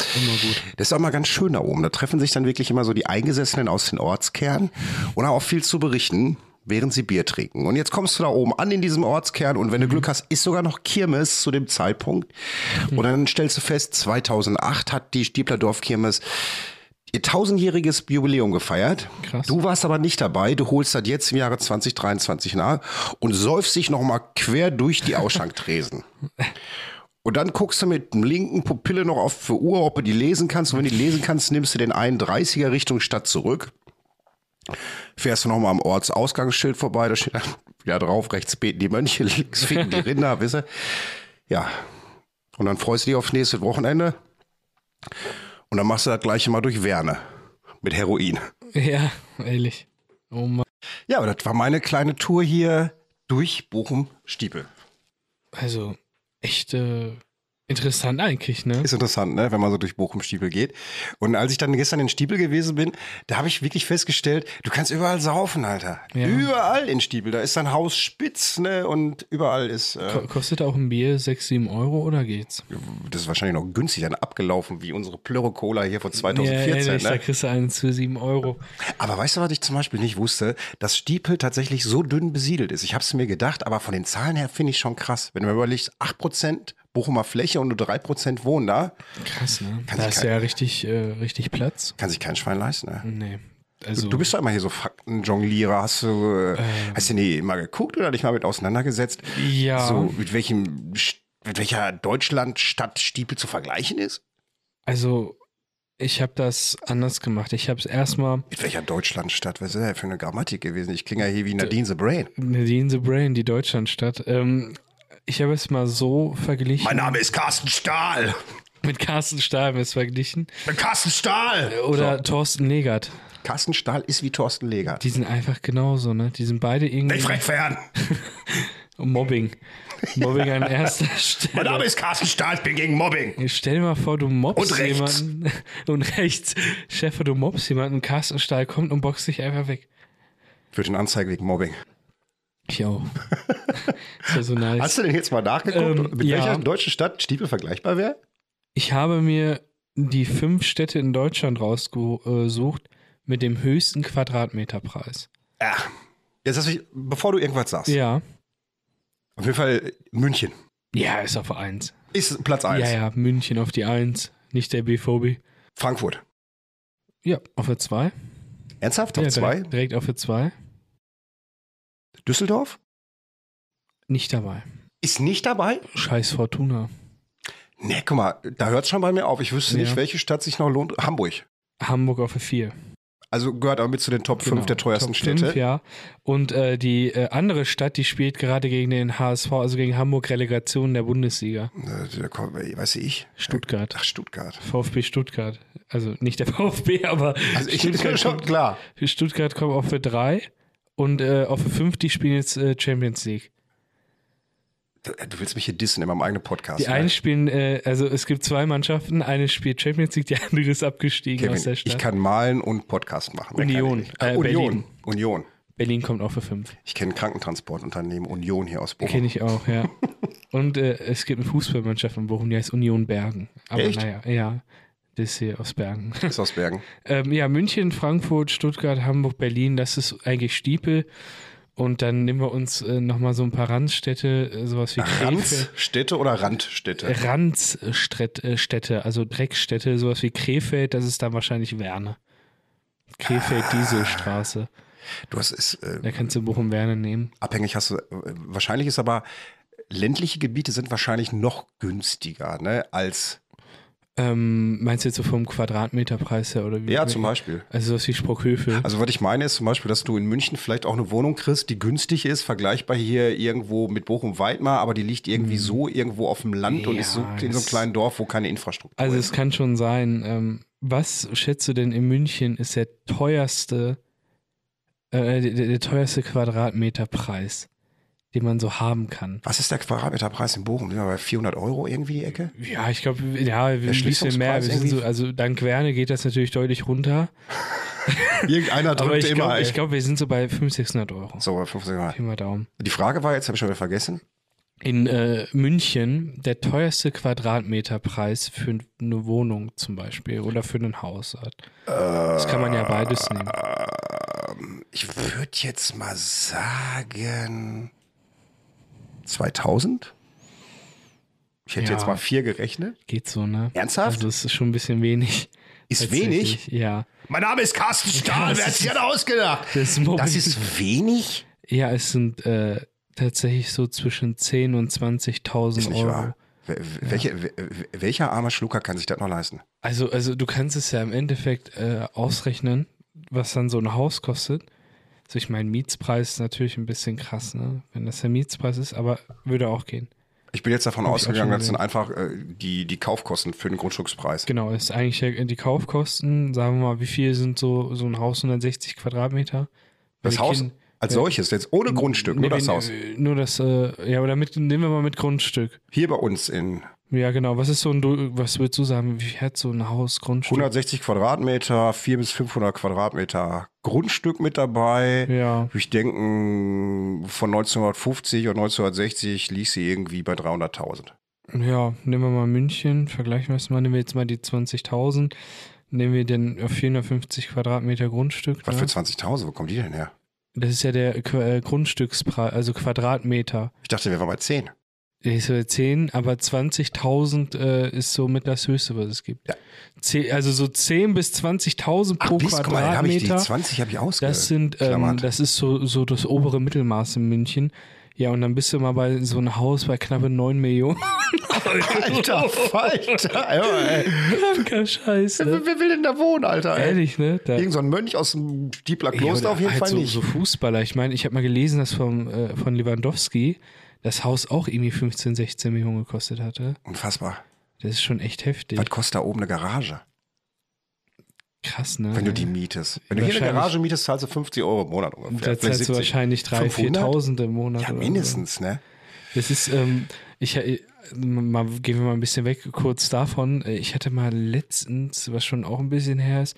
Speaker 4: Das ist auch mal ganz schön da oben. Da treffen sich dann wirklich immer so die Eingesessenen aus den Ortskernen und haben auch viel zu berichten, während sie Bier trinken. Und jetzt kommst du da oben an in diesem Ortskern und wenn du Glück hast, ist sogar noch Kirmes zu dem Zeitpunkt. Und dann stellst du fest, 2008 hat die Stiebler Dorfkirmes ihr tausendjähriges Jubiläum gefeiert.
Speaker 3: Krass.
Speaker 4: Du warst aber nicht dabei. Du holst das jetzt im Jahre 2023 nach und säufst dich nochmal quer durch die Ausschanktresen. Und dann guckst du mit dem linken Pupille noch auf für Uhr, ob du die lesen kannst. Und wenn du die lesen kannst, nimmst du den 31er Richtung Stadt zurück. Fährst du nochmal am Ortsausgangsschild vorbei, da steht dann
Speaker 2: Ja, drauf, rechts beten die Mönche, links ficken die Rinder, wisse. Ja. Und dann freust du dich aufs nächste Wochenende. Und dann machst du das gleiche mal durch Werne. Mit Heroin.
Speaker 3: Ja, ehrlich. Oh Mann.
Speaker 2: Ja, aber das war meine kleine Tour hier durch Bochum-Stiepel.
Speaker 3: Also, echt äh, interessant eigentlich, ne?
Speaker 2: Ist interessant, ne? wenn man so durch Bochum-Stiepel geht. Und als ich dann gestern in Stiepel gewesen bin, da habe ich wirklich festgestellt, du kannst überall saufen, Alter.
Speaker 3: Ja.
Speaker 2: Überall in Stiepel. Da ist dein Haus spitz, ne? Und überall ist. Äh,
Speaker 3: Ko- Kostet auch ein Bier 6, 7 Euro oder geht's?
Speaker 2: das ist wahrscheinlich noch günstig dann abgelaufen, wie unsere Plöre-Cola hier von
Speaker 3: ja,
Speaker 2: 2014.
Speaker 3: ehrlich, da
Speaker 2: ne?
Speaker 3: kriegst du einen für 7 Euro.
Speaker 2: Aber weißt du, was ich zum Beispiel nicht wusste? Dass Stiepel tatsächlich so dünn besiedelt ist. Ich habe es mir gedacht, aber von den Zahlen her finde ich schon krass. Wenn du mir überlegst, 8% Bochumer Fläche und nur 3% wohnen da,
Speaker 3: Krass, ne?
Speaker 2: Kann
Speaker 3: da
Speaker 2: ich
Speaker 3: ist
Speaker 2: kein-
Speaker 3: ja richtig, äh, richtig Platz.
Speaker 2: kann sich kein Schwein leisten. Ne?
Speaker 3: Nee. Also,
Speaker 2: Du bist doch immer hier so Faktenjonglierer. Hast du, äh, hast du nie mal geguckt oder dich mal mit auseinandergesetzt?
Speaker 3: Ja.
Speaker 2: So, mit welchem, St- mit welcher Deutschlandstadt Stiepel zu vergleichen ist?
Speaker 3: also ich habe das anders gemacht. Ich habe es erstmal
Speaker 2: Mit welcher Deutschlandstadt? Was ist das für eine Grammatik gewesen? Ich klinge ja hier wie Nadine the Brain.
Speaker 3: Nadine the Brain, Ne, die Deutschlandstadt. Ähm, ich habe es mal so verglichen.
Speaker 2: Mein Name ist Carsten Stahl.
Speaker 3: mit Carsten Stahl habe ich es verglichen.
Speaker 2: Carsten Stahl!
Speaker 3: Oder Thorsten Legert.
Speaker 2: Carsten Stahl ist wie Thorsten Leger.
Speaker 3: Die sind einfach genauso, ne? Die sind beide irgendwie
Speaker 2: fern.
Speaker 3: Mobbing. Mobbing an erster Stelle.
Speaker 2: Name ist Carsten Stahl, ich bin gegen Mobbing.
Speaker 3: Stell dir mal vor, du mobst
Speaker 2: Und rechts.
Speaker 3: jemanden und rechts, Chef, du mobst jemanden, Carsten Stahl kommt und boxt dich einfach weg.
Speaker 2: Für den Anzeige wegen Mobbing.
Speaker 3: Ich auch. Ist ja so nice.
Speaker 2: Hast du denn jetzt mal nachgeguckt,
Speaker 3: Ähm,
Speaker 2: mit
Speaker 3: ja.
Speaker 2: welcher deutschen Stadt Stiepel vergleichbar wäre?
Speaker 3: Ich habe mir die fünf Städte in Deutschland rausgesucht mit dem höchsten Quadratmeterpreis.
Speaker 2: Ja. Jetzt hast du, bevor du irgendwas sagst.
Speaker 3: Ja.
Speaker 2: Auf jeden Fall München.
Speaker 3: Ja, ist auf eins.
Speaker 2: Ist Platz 1.
Speaker 3: Ja, ja, München auf die eins, nicht der BVB.
Speaker 2: Frankfurt.
Speaker 3: Ja, auf der zwei.
Speaker 2: Ernsthaft?
Speaker 3: ja,
Speaker 2: Auf 2?
Speaker 3: Direkt, direkt auf der zwei.
Speaker 2: Düsseldorf?
Speaker 3: Nicht dabei.
Speaker 2: Ist nicht dabei?
Speaker 3: Scheiß Fortuna.
Speaker 2: Ne, guck mal, da hört es schon bei mir auf. Ich wüsste
Speaker 3: Ja.
Speaker 2: nicht, welche Stadt sich noch lohnt. Hamburg.
Speaker 3: Hamburg auf der vier.
Speaker 2: Also gehört aber mit zu den Top 5
Speaker 3: Genau,
Speaker 2: der teuersten
Speaker 3: Top
Speaker 2: Städte.
Speaker 3: fünf, ja. Und äh, die äh, andere Stadt, die spielt gerade gegen den HSV, also gegen Hamburg Relegation der Bundesliga.
Speaker 2: Äh, Da kommt, weiß ich.
Speaker 3: Stuttgart.
Speaker 2: Ach, Stuttgart.
Speaker 3: VfB Stuttgart. Also nicht der VfB, aber
Speaker 2: Also ich bin
Speaker 3: Stuttgart,
Speaker 2: schon
Speaker 3: kommt,
Speaker 2: klar.
Speaker 3: Stuttgart kommt auf der drei und äh, auf der fünf, die spielen jetzt äh, Champions League.
Speaker 2: Du willst mich hier dissen in meinem eigenen Podcast.
Speaker 3: Die
Speaker 2: ne?
Speaker 3: einen spielen, äh, also es gibt zwei Mannschaften, eine spielt Champions League, die andere ist abgestiegen aus der
Speaker 2: Kevin, ich
Speaker 3: Stadt.
Speaker 2: kann malen und Podcast machen. Mehr kann
Speaker 3: Union,
Speaker 2: ich nicht. Ah,
Speaker 3: äh,
Speaker 2: Union.
Speaker 3: Berlin.
Speaker 2: Union.
Speaker 3: Berlin kommt auf der fünf.
Speaker 2: Ich kenne ein Krankentransportunternehmen Union hier aus Bochum.
Speaker 3: Kenne ich auch, ja. Und äh, es gibt eine Fußballmannschaft in Bochum, die heißt Union Bergen. Aber
Speaker 2: Echt?
Speaker 3: naja, ja. Das ist hier aus Bergen.
Speaker 2: Ist aus Bergen.
Speaker 3: ähm, ja, München, Frankfurt, Stuttgart, Hamburg, Berlin, das ist eigentlich Stiepel. Und dann nehmen wir uns äh, nochmal so ein paar Randstädte, äh, sowas wie Krefeld.
Speaker 2: Ranzstädte oder Randstädte?
Speaker 3: Randstädte, also Dreckstädte, sowas wie Krefeld, das ist dann wahrscheinlich Werne. Krefeld, Dieselstraße.
Speaker 2: Du hast es, äh,
Speaker 3: Da kannst du Bochum-Werne nehmen.
Speaker 2: abhängig hast du, äh, wahrscheinlich ist aber, ländliche Gebiete sind wahrscheinlich noch günstiger, ne, als,
Speaker 3: Ähm, meinst du jetzt so vom Quadratmeterpreis her oder wie?
Speaker 2: ja, zum Beispiel.
Speaker 3: Also sowas wie Sprockhöfe.
Speaker 2: Also was ich meine ist zum Beispiel, dass du in München vielleicht auch eine Wohnung kriegst, die günstig ist, vergleichbar hier irgendwo mit Bochum-Weidmar, aber die liegt irgendwie so irgendwo auf dem Land und
Speaker 3: Mhm. Ja,
Speaker 2: ist so in so einem
Speaker 3: das-
Speaker 2: kleinen Dorf, wo keine Infrastruktur
Speaker 3: Also
Speaker 2: ist.
Speaker 3: es kann schon sein. Ähm, was schätzt du denn in München ist der teuerste, äh, der, der teuerste Quadratmeterpreis, den man so haben kann?
Speaker 2: Was ist der Quadratmeterpreis in Bochum? Sind wir bei 400 Euro irgendwie die Ecke?
Speaker 3: Ja, ich glaube, ja, ein bisschen mehr.
Speaker 2: Schließungspreis
Speaker 3: Wir sind
Speaker 2: irgendwie?
Speaker 3: so, also dank Werne geht das natürlich deutlich runter.
Speaker 2: Irgendeiner
Speaker 3: Aber
Speaker 2: drückte
Speaker 3: ich
Speaker 2: immer.
Speaker 3: glaube,
Speaker 2: ich
Speaker 3: glaub, wir sind so bei 500, 600 Euro.
Speaker 2: so, bei 50 Mal.
Speaker 3: Pi mal Daumen.
Speaker 2: Die Frage war, jetzt habe ich schon wieder vergessen.
Speaker 3: In äh, München der teuerste Quadratmeterpreis für eine Wohnung zum Beispiel oder für ein Haus. Das kann man ja beides nehmen.
Speaker 2: Ähm, ich würde jetzt mal sagen 2000? Ich hätte
Speaker 3: Ja.
Speaker 2: jetzt mal vier gerechnet.
Speaker 3: Geht so, ne?
Speaker 2: Ernsthaft?
Speaker 3: Also es ist schon ein bisschen wenig.
Speaker 2: Ist wenig?
Speaker 3: Tatsächlich, Ja.
Speaker 2: Mein Name ist Carsten Stahl,
Speaker 3: Das
Speaker 2: wer hat's
Speaker 3: ist-
Speaker 2: denn ausgedacht?
Speaker 3: Das, Mobbing-
Speaker 2: Das ist wenig?
Speaker 3: ja, es sind äh, tatsächlich so zwischen 10.000 und 20.000
Speaker 2: Ist nicht
Speaker 3: Euro.
Speaker 2: wahr. Wel- Welche, wel- welcher armer Schlucker kann sich das noch leisten?
Speaker 3: Also, also du kannst es ja im Endeffekt äh, ausrechnen, was dann so ein Haus kostet. Also ich meine, Mietspreis ist natürlich ein bisschen krass, ne? Wenn das der Mietspreis ist, aber würde auch gehen.
Speaker 2: Ich bin jetzt davon
Speaker 3: Hab ich auch
Speaker 2: ausgegangen,
Speaker 3: schon
Speaker 2: das sind einfach äh, die, die Kaufkosten für den Grundstückspreis.
Speaker 3: Genau, ist eigentlich ja die Kaufkosten, sagen wir mal, wie viel sind so, so ein Haus 160 Quadratmeter?
Speaker 2: Das
Speaker 3: Wenn
Speaker 2: Haus
Speaker 3: Kind-
Speaker 2: als
Speaker 3: wenn-
Speaker 2: solches, jetzt ohne Grundstück,
Speaker 3: Nee,
Speaker 2: nur das
Speaker 3: wenn-
Speaker 2: Haus.
Speaker 3: äh, Nur das, äh, ja, oder mit, nehmen wir mal mit Grundstück.
Speaker 2: Hier bei uns in
Speaker 3: Ja, genau. Was ist so ein, Du- was würdest du sagen, wie viel hat so ein Haus Grundstück?
Speaker 2: 160 Quadratmeter, 400 bis 500 Quadratmeter Grundstück mit dabei.
Speaker 3: Ja,
Speaker 2: Ich denke, von 1950 und 1960 liegt sie irgendwie bei 300.000.
Speaker 3: ja, nehmen wir mal München, vergleichen wir es mal, nehmen wir jetzt mal die 20.000, nehmen wir den auf 450 Quadratmeter Grundstück.
Speaker 2: Was
Speaker 3: ne?
Speaker 2: für 20.000? Wo kommen die denn her?
Speaker 3: Das ist ja der Qu- äh, Grundstückspreis, also Quadratmeter.
Speaker 2: Ich dachte, wir waren bei 10.
Speaker 3: Der ist bei 10, aber 20.000 äh, ist somit das Höchste, was es gibt.
Speaker 2: Ja.
Speaker 3: Zeh- also so 10 bis 20.000 pro
Speaker 2: Mist, guck mal, dann habe ich die
Speaker 3: Quadratmeter.
Speaker 2: 20 habe ich ausgehört.
Speaker 3: Das sind, ähm,
Speaker 2: Klammert.
Speaker 3: das ist so, so das obere Mittelmaß in München. Ja, und dann bist du mal bei so einem Haus bei knappe 9 Millionen.
Speaker 2: Alter, Falter. ey, ey.
Speaker 3: Kranker Scheiß, ne?
Speaker 2: Wer, wer will denn da wohnen, Alter? Ey?
Speaker 3: Ehrlich, ne? Da,
Speaker 2: Irgend so ein Mönch aus dem Stiebler
Speaker 3: Ja,
Speaker 2: Kloster
Speaker 3: oder
Speaker 2: auf jeden
Speaker 3: halt
Speaker 2: Fall
Speaker 3: so,
Speaker 2: nicht.
Speaker 3: so Fußballer. Ich meine, ich habe mal gelesen, dass vom, äh, von Lewandowski das Haus auch irgendwie 15, 16 Millionen gekostet hatte.
Speaker 2: Unfassbar.
Speaker 3: Das ist schon echt heftig.
Speaker 2: Was kostet da oben eine Garage?
Speaker 3: Krass, ne?
Speaker 2: Wenn du die mietest. Wenn du hier eine
Speaker 3: Wahrscheinlich.
Speaker 2: Garage mietest, zahlst du 50 Euro im Monat
Speaker 3: Und
Speaker 2: ungefähr.
Speaker 3: da
Speaker 2: Vielleicht
Speaker 3: zahlst du
Speaker 2: 70.
Speaker 3: wahrscheinlich 3.000,
Speaker 2: 500?
Speaker 3: 4.000 im Monat.
Speaker 2: Ja,
Speaker 3: oder so.
Speaker 2: mindestens, ne?
Speaker 3: Das ist, ähm, ich, äh, mal, gehen wir mal ein bisschen weg kurz davon. Äh, Ich hatte mal letztens, was schon auch ein bisschen her ist,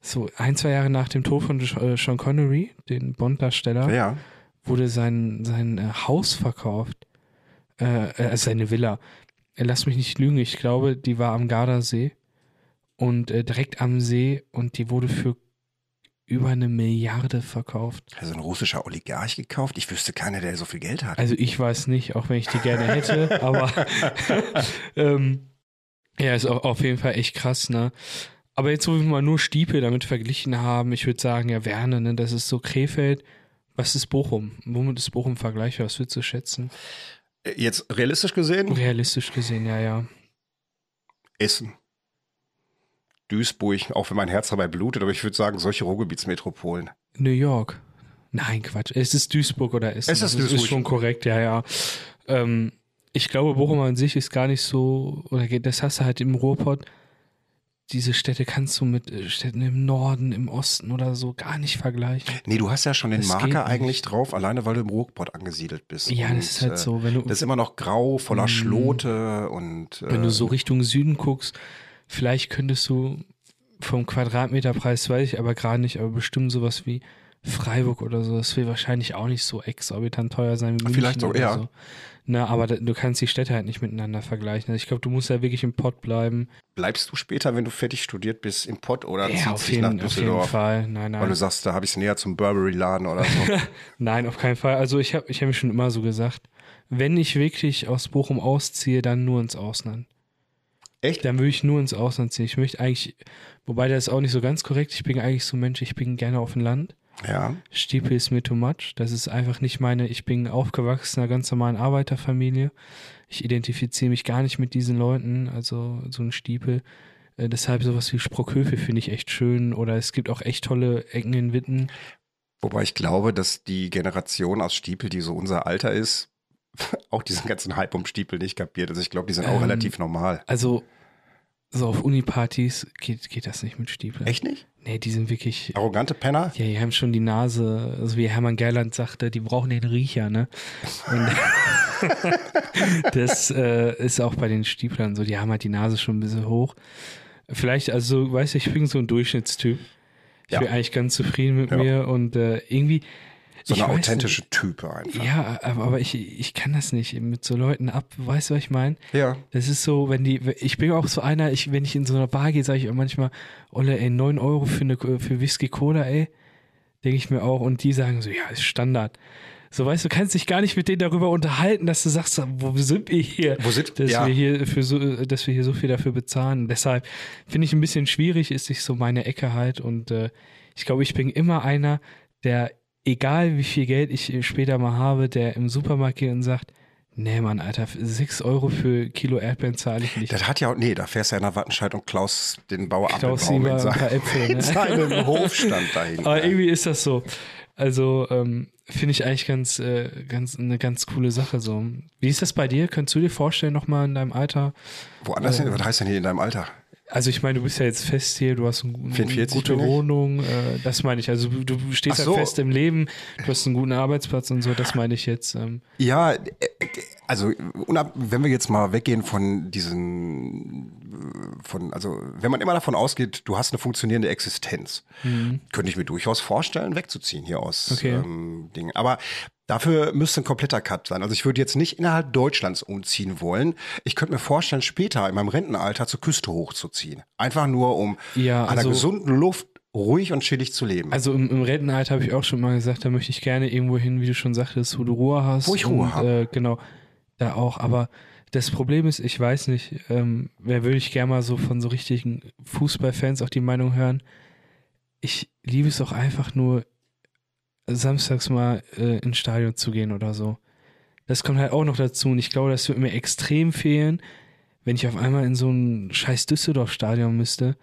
Speaker 3: so ein, zwei Jahre nach dem Tod von Sch- äh, Sean Connery, den Bond-Darsteller,
Speaker 2: Ja.
Speaker 3: wurde sein, sein äh, Haus verkauft. Äh, äh, seine Villa. Äh, Lass mich nicht lügen, ich glaube, die war am Gardasee und äh, direkt am See und die wurde für über eine Milliarde verkauft.
Speaker 2: Also ein russischer Oligarch gekauft. Ich wüsste keiner, der so viel Geld hat.
Speaker 3: Also ich weiß nicht, auch wenn ich die gerne hätte, aber ähm, ja, ist au- auf jeden Fall echt krass, ne? Aber jetzt, wo wir mal nur Stiepe damit verglichen haben, ich würde sagen, ja, Werne, ne? Das ist so Krefeld. Was ist Bochum? Womit ist Bochum vergleichbar? Was würdest du schätzen?
Speaker 2: Äh, Jetzt realistisch gesehen,
Speaker 3: Realistisch gesehen, ja, ja.
Speaker 2: Essen. Duisburg, auch wenn mein Herz dabei blutet, aber ich würde sagen, solche Ruhrgebietsmetropolen.
Speaker 3: New York. Nein, Quatsch. Es ist Duisburg oder Essen.
Speaker 2: Es ist
Speaker 3: Also
Speaker 2: Duisburg.
Speaker 3: ist schon korrekt, ja, ja. Ähm, ich glaube, Bochum an sich ist gar nicht so, oder geht, das hast du halt im Ruhrpott. Diese Städte kannst du mit äh, Städten im Norden, im Osten oder so gar nicht vergleichen.
Speaker 2: Nee, du hast ja schon den
Speaker 3: Das geht
Speaker 2: Marker
Speaker 3: nicht.
Speaker 2: eigentlich drauf, alleine weil du im Ruhrpott angesiedelt bist.
Speaker 3: Ja, das ist halt
Speaker 2: äh,
Speaker 3: so. Wenn du,
Speaker 2: Das ist immer noch grau, voller
Speaker 3: Mm.
Speaker 2: Schlote und. Äh,
Speaker 3: wenn du so Richtung Süden guckst, vielleicht könntest du vom Quadratmeterpreis, weiß ich aber gerade nicht, aber bestimmt sowas wie Freiburg oder so. Das will wahrscheinlich auch nicht so exorbitant teuer sein wie München
Speaker 2: Vielleicht auch,
Speaker 3: oder
Speaker 2: ja.
Speaker 3: so. Na, aber da, du kannst die Städte halt nicht miteinander vergleichen. Also ich glaube, du musst ja wirklich im Pott bleiben.
Speaker 2: bleibst du später, wenn du fertig studiert bist, im Pott oder
Speaker 3: ja,
Speaker 2: ziehst
Speaker 3: auf
Speaker 2: dich nach
Speaker 3: jeden, auf jeden
Speaker 2: Düsseldorf?
Speaker 3: Fall. Nein,
Speaker 2: Weil du
Speaker 3: nein.
Speaker 2: sagst, da habe ich es näher zum Burberry-Laden oder so.
Speaker 3: Nein, auf keinen Fall. Also ich habe ich hab mir schon immer so gesagt, wenn ich wirklich aus Bochum ausziehe, dann nur ins Ausland.
Speaker 2: Echt?
Speaker 3: Dann würde ich nur ins Ausland ziehen. Ich möchte eigentlich, wobei das ist auch nicht so ganz korrekt. Ich bin eigentlich so ein Mensch, ich bin gerne auf dem Land.
Speaker 2: Ja.
Speaker 3: Stiepel ist mir too much. Das ist einfach nicht meine, ich bin aufgewachsen in einer ganz normalen Arbeiterfamilie. Ich identifiziere mich gar nicht mit diesen Leuten, also so ein Stiepel. Äh, deshalb sowas wie Sprockhöfe finde ich echt schön oder es gibt auch echt tolle Ecken in Witten.
Speaker 2: Wobei ich glaube, dass die Generation aus Stiepel, die so unser Alter ist, auch diesen ganzen Hype um Stiepel nicht kapiert. Also ich glaube, die sind auch
Speaker 3: Ähm,
Speaker 2: relativ normal.
Speaker 3: Also so auf Unipartys geht, geht das nicht mit Stiepel.
Speaker 2: Echt nicht?
Speaker 3: Nee, die sind wirklich,
Speaker 2: Arrogante Penner?
Speaker 3: Ja, die haben schon die Nase, also wie Hermann Gerland sagte, die brauchen den Riecher, ne? Und das äh, ist auch bei den Stieplern so, die haben halt die Nase schon ein bisschen hoch. Vielleicht, also, weißt du, ich bin so ein Durchschnittstyp. Ich
Speaker 2: Ja.
Speaker 3: bin eigentlich ganz zufrieden mit
Speaker 2: Ja.
Speaker 3: mir und äh, irgendwie.
Speaker 2: So
Speaker 3: ich
Speaker 2: eine
Speaker 3: weiß
Speaker 2: authentische Type einfach.
Speaker 3: Nicht, ja, aber, aber ich, ich kann das nicht mit so Leuten ab. Weißt du, was ich meine?
Speaker 2: Ja.
Speaker 3: Das ist so, wenn die, ich bin auch so einer, ich, wenn ich in so einer Bar gehe, sage ich auch manchmal, Olle, ey, 9 Euro für, eine, für Whisky Cola, ey, denke ich mir auch. Und die sagen so, ja, ist Standard. So, weißt du, kannst dich gar nicht mit denen darüber unterhalten, dass du sagst, wo sind wir hier?
Speaker 2: Wo sind-
Speaker 3: dass
Speaker 2: ja.
Speaker 3: wir hier für so, dass wir hier so viel dafür bezahlen. Deshalb finde ich ein bisschen schwierig, ist nicht so meine Ecke halt. Und äh, ich glaube, ich bin immer einer, der, egal wie viel Geld ich äh, später mal habe, der im Supermarkt geht und sagt, nee, Mann, Alter, 6 Euro für Kilo Erdbeeren zahle ich nicht.
Speaker 2: Das hat ja auch, nee, da fährst du ja nach Wattenscheid und Klaus den Bauer
Speaker 3: Klaus
Speaker 2: Appelbaum
Speaker 3: lieber
Speaker 2: in
Speaker 3: ein paar
Speaker 2: seinem,
Speaker 3: Äpfel, ne?
Speaker 2: in seinem Hofstand dahin.
Speaker 3: Aber irgendwie ist das so. Also ähm, finde ich eigentlich ganz, äh, ganz, eine ganz coole Sache so. Wie ist das bei dir? Könntest du dir vorstellen, nochmal in deinem Alter?
Speaker 2: Woanders hin? Was heißt denn hier in deinem Alter?
Speaker 3: Also ich meine, du bist ja jetzt fest hier, du hast eine, gu-
Speaker 2: 44
Speaker 3: gute
Speaker 2: bin ich.
Speaker 3: Wohnung, äh, das meine ich. Also du du stehst
Speaker 2: Ach
Speaker 3: ja
Speaker 2: so.
Speaker 3: fest im Leben, du hast einen guten Arbeitsplatz und so, das meine ich jetzt. Ähm,
Speaker 2: Ja, äh, also unab, wenn wir jetzt mal weggehen von diesen, äh, von, also wenn man immer davon ausgeht, du hast eine funktionierende Existenz, könnte ich mir durchaus vorstellen, wegzuziehen hier aus
Speaker 3: Mhm. Okay.
Speaker 2: ähm, Dingen. Aber dafür müsste ein kompletter Cut sein. Also ich würde jetzt nicht innerhalb Deutschlands umziehen wollen. Ich könnte mir vorstellen, später in meinem Rentenalter zur Küste hochzuziehen. Einfach nur, um
Speaker 3: Ja,
Speaker 2: an der
Speaker 3: also-
Speaker 2: gesunden Luft ruhig und chillig zu leben.
Speaker 3: Also im, im Rentenalter habe ich auch schon mal gesagt, da möchte ich gerne irgendwo hin, wie du schon sagtest, wo du Ruhe hast.
Speaker 2: Wo ich Ruhe
Speaker 3: und,
Speaker 2: hab.
Speaker 3: Äh, genau, da auch. Aber das Problem ist, ich weiß nicht, ähm, wer würde ich gerne mal so von so richtigen Fußballfans auch die Meinung hören. Ich liebe es auch einfach nur, samstags mal äh, ins Stadion zu gehen oder so. Das kommt halt auch noch dazu und ich glaube, das wird mir extrem fehlen, wenn ich auf einmal in so ein scheiß Düsseldorf-Stadion müsste.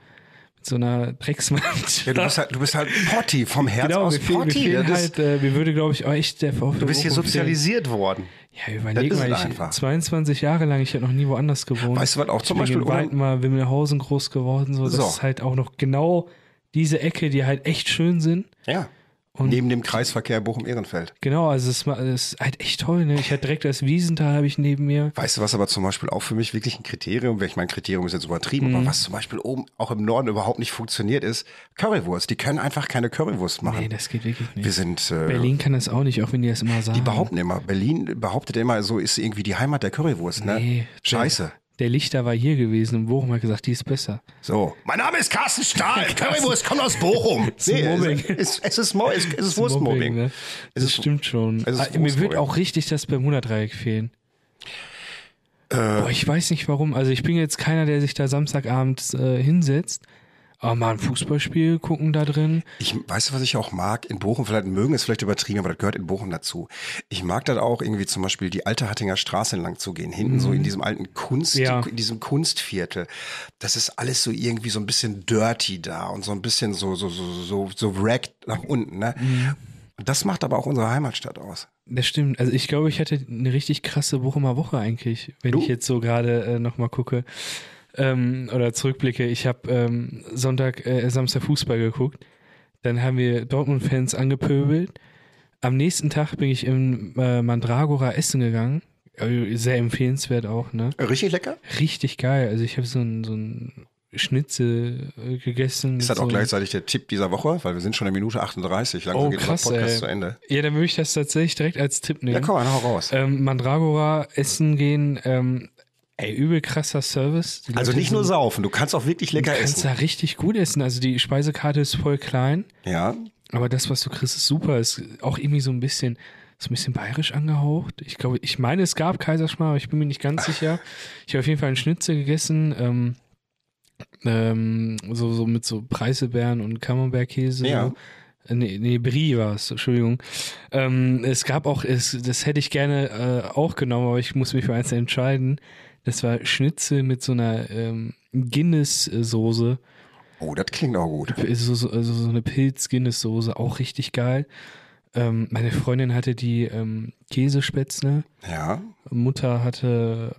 Speaker 3: Mit so einer Drecksmannschaft.
Speaker 2: ja, du bist halt, du bist halt Potti, vom Herz
Speaker 3: Genau,
Speaker 2: aus
Speaker 3: wir fehlen, wir
Speaker 2: Potti.
Speaker 3: fehlen
Speaker 2: Das ist-
Speaker 3: halt, äh, wir würde, glaube ich, auch echt der VfB
Speaker 2: Du bist hier
Speaker 3: Bochum fehlen.
Speaker 2: sozialisiert worden.
Speaker 3: Ja, überleg
Speaker 2: Das ist
Speaker 3: mal,
Speaker 2: es
Speaker 3: ich,
Speaker 2: einfach.
Speaker 3: 22 Jahre lang, ich habe noch nie woanders gewohnt.
Speaker 2: Weißt du, was auch zum
Speaker 3: ich
Speaker 2: Beispiel
Speaker 3: bin weit
Speaker 2: unheim-
Speaker 3: mal Wimmelhausen groß geworden, so. Das
Speaker 2: So.
Speaker 3: ist halt auch noch genau diese Ecke, die halt echt schön sind.
Speaker 2: Ja.
Speaker 3: Und-
Speaker 2: Neben dem Kreisverkehr Bochum-Ehrenfeld.
Speaker 3: Genau, also es ma- es ist halt echt toll, ne? Ich hatte direkt das Wiesental habe ich neben mir.
Speaker 2: Weißt du, was aber zum Beispiel auch für mich wirklich ein Kriterium, welch mein Kriterium ist jetzt übertrieben,
Speaker 3: Mhm.
Speaker 2: aber was zum Beispiel oben auch im Norden überhaupt nicht funktioniert, ist Currywurst. Die können einfach keine Currywurst machen.
Speaker 3: Nee, das geht wirklich
Speaker 2: Wir
Speaker 3: nicht.
Speaker 2: sind äh,
Speaker 3: Berlin kann das auch nicht, auch wenn die das immer sagen.
Speaker 2: Die behaupten immer, Berlin behauptet immer, so ist irgendwie die Heimat der Currywurst, ne?
Speaker 3: Nee.
Speaker 2: Scheiße.
Speaker 3: Der Lichter war hier gewesen und Bochum hat gesagt, die ist besser.
Speaker 2: So. Mein Name ist Carsten Stahl. Currywurst kommt aus Bochum.
Speaker 3: ist ein Mobbing.
Speaker 2: es, es, es ist, Mo es, es ist
Speaker 3: Mobbing,
Speaker 2: Wurstmobbing.
Speaker 3: ne?
Speaker 2: Es
Speaker 3: Das
Speaker 2: ist-
Speaker 3: stimmt schon.
Speaker 2: es ist
Speaker 3: Ah, Mir wird
Speaker 2: Wurstmobbing.
Speaker 3: auch richtig das Bermuda-Dreieck fehlen.
Speaker 2: Äh.
Speaker 3: Boah, ich weiß nicht warum. Also ich bin jetzt keiner, der sich da Samstagabends äh, hinsetzt. Aber mal ein Fußballspiel gucken da drin.
Speaker 2: Ich, weißt du, was ich auch mag? In Bochum, vielleicht mögen es vielleicht übertrieben, aber das gehört in Bochum dazu. Ich mag das auch irgendwie zum Beispiel die alte Hattinger Straße entlang zu gehen, hinten so in diesem alten Kunst,
Speaker 3: Mhm. Ja.
Speaker 2: in diesem Kunstviertel. Das ist alles so irgendwie so ein bisschen dirty da und so ein bisschen so, so, so, so, so wrecked nach unten, ne?
Speaker 3: Mhm.
Speaker 2: Das macht aber auch unsere Heimatstadt aus.
Speaker 3: Das stimmt. Also ich glaube, ich hatte eine richtig krasse Bochumer Woche eigentlich, wenn ich jetzt so gerade äh, nochmal gucke ähm, oder zurückblicke. Ich habe ähm, Sonntag, äh, Samstag Fußball geguckt. Dann haben wir Dortmund-Fans angepöbelt. Am nächsten Tag bin ich im äh, Mandragora essen gegangen. Äh, Sehr empfehlenswert auch, ne?
Speaker 2: Richtig lecker?
Speaker 3: Richtig geil. Also ich habe so ein, so ein Schnitzel äh, gegessen.
Speaker 2: Ist
Speaker 3: mit
Speaker 2: das auch
Speaker 3: so
Speaker 2: gleichzeitig der Tipp dieser Woche? Weil wir sind schon in Minute 38. Langsam
Speaker 3: Oh
Speaker 2: geht
Speaker 3: krass,
Speaker 2: unser Podcast
Speaker 3: ey.
Speaker 2: zu Ende.
Speaker 3: Ja, dann würde ich das tatsächlich direkt als Tipp nehmen.
Speaker 2: Ja, komm, dann hau raus.
Speaker 3: Ähm, Mandragora, essen gehen, ähm, ey, übel krasser Service. Die
Speaker 2: also
Speaker 3: Leute
Speaker 2: nicht nur
Speaker 3: sind-
Speaker 2: saufen, du kannst auch wirklich lecker
Speaker 3: Du kannst
Speaker 2: essen.
Speaker 3: da richtig gut essen. Also die Speisekarte ist voll klein,
Speaker 2: Ja.
Speaker 3: aber das, was du kriegst, ist super. Ist auch irgendwie so ein bisschen, ist ein bisschen bayerisch angehaucht. Ich glaube, ich meine, es gab Kaiserschmarrn, aber ich bin mir nicht ganz sicher. Ich habe auf jeden Fall einen Schnitzel gegessen, ähm, ähm, so, so mit so Preiselbeeren und Camembert-Käse.
Speaker 2: Ja.
Speaker 3: Äh, Nee, nee, Brie war es, Entschuldigung. Ähm, es gab auch, es, das hätte ich gerne äh, auch genommen, aber ich muss mich für eins entscheiden. Das war Schnitzel mit so einer ähm, Guinness-Soße.
Speaker 2: Oh, das klingt auch gut.
Speaker 3: So, so, also so eine Pilz-Guinness-Soße, auch richtig geil. Ähm, meine Freundin hatte die ähm, Käsespätzle,
Speaker 2: Ja.
Speaker 3: Mutter hatte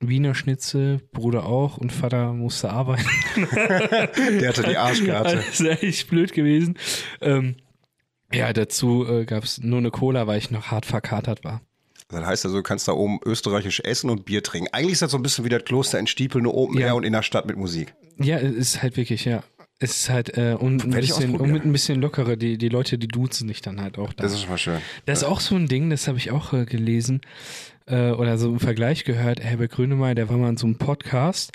Speaker 3: Wiener Schnitzel, Bruder auch und Vater musste arbeiten.
Speaker 2: Der hatte die Arschkarte.
Speaker 3: Das ist echt blöd gewesen. Ähm, ja, dazu äh, gab es nur eine Cola, weil ich noch hart verkatert war.
Speaker 2: Das heißt also, du kannst da oben österreichisch essen und Bier trinken. Eigentlich ist das so ein bisschen wie das Kloster in Stiepel, nur oben
Speaker 3: Ja.
Speaker 2: her und in der Stadt mit Musik.
Speaker 3: Ja, es ist halt wirklich, ja. Es ist halt, äh, und, ein
Speaker 2: Werd ich
Speaker 3: bisschen, und
Speaker 2: ausprobieren.
Speaker 3: mit ein bisschen lockere, die, die Leute, die duzen dich dann halt auch da.
Speaker 2: Das ist schon mal schön.
Speaker 3: Das ist auch so ein Ding, das habe ich auch äh, gelesen äh, oder so im Vergleich gehört. Herbert Grönemeyer, der war mal in so einem Podcast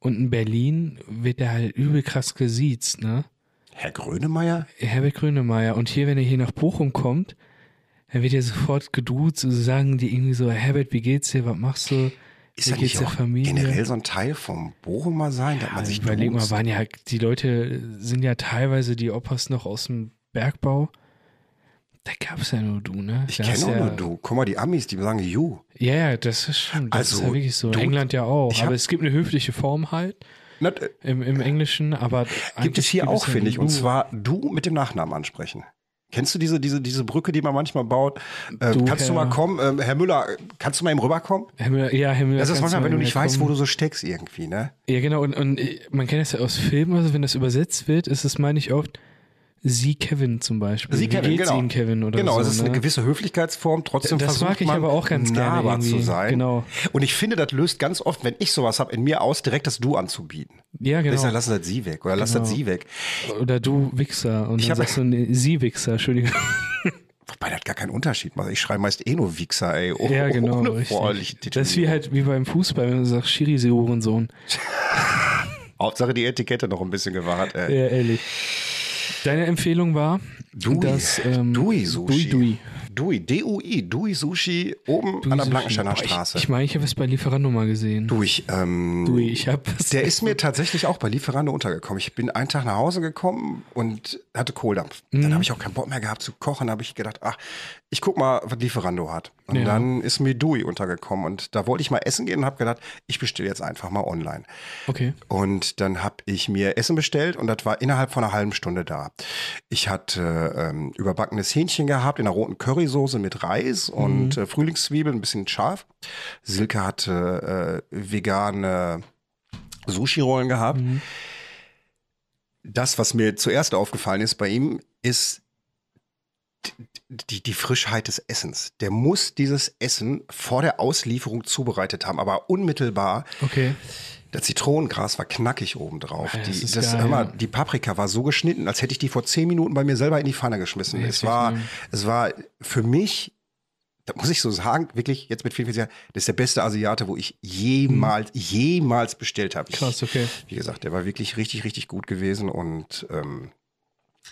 Speaker 3: und in Berlin wird der halt übel krass gesiezt, ne?
Speaker 2: Herr Grönemeyer?
Speaker 3: Herbert Grönemeyer. Und hier, wenn er hier nach Bochum kommt, dann wird er sofort geduzt und sagen die irgendwie so, Herbert, wie geht's dir, was machst du?
Speaker 2: Ist
Speaker 3: wie
Speaker 2: das
Speaker 3: geht's
Speaker 2: nicht
Speaker 3: der
Speaker 2: auch
Speaker 3: Familie?
Speaker 2: generell so ein Teil vom Bochumer sein, dass man
Speaker 3: also
Speaker 2: sich
Speaker 3: überleg mal,
Speaker 2: duzt?
Speaker 3: waren ja, die Leute sind ja teilweise die Opas noch aus dem Bergbau. Da gab's ja nur du, ne?
Speaker 2: Ich
Speaker 3: Da
Speaker 2: kenne
Speaker 3: hast
Speaker 2: auch
Speaker 3: ja,
Speaker 2: nur du. Guck mal, die Amis, die sagen you.
Speaker 3: Ja, ja, das ist schon. Das
Speaker 2: Also,
Speaker 3: ist ja wirklich so. In
Speaker 2: du-
Speaker 3: England ja auch.
Speaker 2: ich hab-
Speaker 3: aber es gibt eine höfliche Form halt
Speaker 2: Na, äh,
Speaker 3: im, im Englischen, aber.
Speaker 2: gibt es hier auch, finde ich. Und
Speaker 3: zwar
Speaker 2: zwar du mit dem Nachnamen ansprechen. Kennst du diese, diese, diese Brücke, die man manchmal baut? Äh,
Speaker 3: Du,
Speaker 2: kannst du
Speaker 3: Herr-
Speaker 2: mal kommen, ähm, Herr Müller, kannst du mal eben rüberkommen?
Speaker 3: Himmel, ja, Himmel,
Speaker 2: Das ist
Speaker 3: kannst
Speaker 2: manchmal, wenn du
Speaker 3: mal
Speaker 2: nicht weißt, wo
Speaker 3: kommen.
Speaker 2: du so steckst irgendwie, ne?
Speaker 3: Ja, genau, und, und äh, man kennt das ja aus Filmen, also wenn das übersetzt wird, ist es, meine ich, oft Sie, Kevin zum Beispiel.
Speaker 2: Sie,
Speaker 3: Wie
Speaker 2: Kevin,
Speaker 3: geht's
Speaker 2: genau.
Speaker 3: Ihnen, Kevin, oder
Speaker 2: genau,
Speaker 3: so,
Speaker 2: es ist eine
Speaker 3: ne?
Speaker 2: gewisse Höflichkeitsform, trotzdem
Speaker 3: Das
Speaker 2: versucht
Speaker 3: mag ich
Speaker 2: man
Speaker 3: aber auch ganz gerne
Speaker 2: nahbar zu
Speaker 3: irgendwie.
Speaker 2: sein.
Speaker 3: Genau.
Speaker 2: Und ich finde, das löst ganz oft, wenn ich sowas habe, in mir aus, direkt das Du anzubieten.
Speaker 3: Ja,
Speaker 2: Ich sage,
Speaker 3: genau.
Speaker 2: lass das Sie weg oder lass das
Speaker 3: Genau.
Speaker 2: Sie weg.
Speaker 3: Oder du Wichser. Und
Speaker 2: Ich
Speaker 3: dann
Speaker 2: hab-
Speaker 3: sagst du, nee, Sie Wichser, Entschuldigung.
Speaker 2: Wobei das gar keinen Unterschied macht. Ich schreie meist eh nur Wichser, ey. Oh,
Speaker 3: ja, genau.
Speaker 2: Ohne
Speaker 3: richtig.
Speaker 2: vorherrliche
Speaker 3: das ist wie
Speaker 2: Titulierung.
Speaker 3: halt wie beim Fußball, wenn du sagst, Schiri, Sie Hurensohn.
Speaker 2: Hauptsache die Etikette noch ein bisschen gewahrt, ey.
Speaker 3: halt Ja, ehrlich. Deine Empfehlung war,
Speaker 2: Dui.
Speaker 3: dass. Ähm,
Speaker 2: Dui Sushi.
Speaker 3: Dui, Dui.
Speaker 2: Dui, D-U-I, Dui Sushi, oben an der
Speaker 3: Sushi.
Speaker 2: Blankensteiner
Speaker 3: Boah,
Speaker 2: Straße.
Speaker 3: Ich, ich meine, ich habe es bei Lieferando mal gesehen.
Speaker 2: Durch, ähm,
Speaker 3: Dui, ich habe es.
Speaker 2: Der ist mir tatsächlich auch bei Lieferando untergekommen. Ich bin einen Tag nach Hause gekommen und hatte Kohldampf. Dann habe ich auch keinen Bock mehr gehabt zu kochen. Da habe ich gedacht, ach, ich guck mal, was Lieferando hat. Und
Speaker 3: Ja.
Speaker 2: dann ist mir Dui untergekommen. Und da wollte ich mal essen gehen und habe gedacht, ich bestelle jetzt einfach mal online.
Speaker 3: Okay.
Speaker 2: Und dann habe ich mir Essen bestellt und das war innerhalb von einer halben Stunde da. Ich hatte ähm, überbackenes Hähnchen gehabt in einer roten Currysoße mit Reis und äh, Frühlingszwiebeln, ein bisschen scharf. Silke hatte äh, vegane Sushi-Rollen
Speaker 3: Mhm.
Speaker 2: gehabt. Das, was mir zuerst aufgefallen ist bei ihm, ist die, die, die Frischheit des Essens. Der muss dieses Essen vor der Auslieferung zubereitet haben, aber unmittelbar
Speaker 3: Okay.
Speaker 2: das Zitronengras war knackig obendrauf.
Speaker 3: Ja, das
Speaker 2: die,
Speaker 3: ist
Speaker 2: das,
Speaker 3: geil,
Speaker 2: hör mal,
Speaker 3: ja.
Speaker 2: die Paprika war so geschnitten, als hätte ich die vor zehn Minuten bei mir selber in die Pfanne geschmissen. es,
Speaker 3: Richtig,
Speaker 2: war,
Speaker 3: ne?
Speaker 2: es war für mich, da muss ich so sagen, wirklich jetzt mit viel, viel Jahren, das ist der beste Asiate, wo ich jemals, jemals bestellt habe. Ich-
Speaker 3: Hm. Krass, okay.
Speaker 2: Wie gesagt, der war wirklich richtig, richtig gut gewesen und ähm,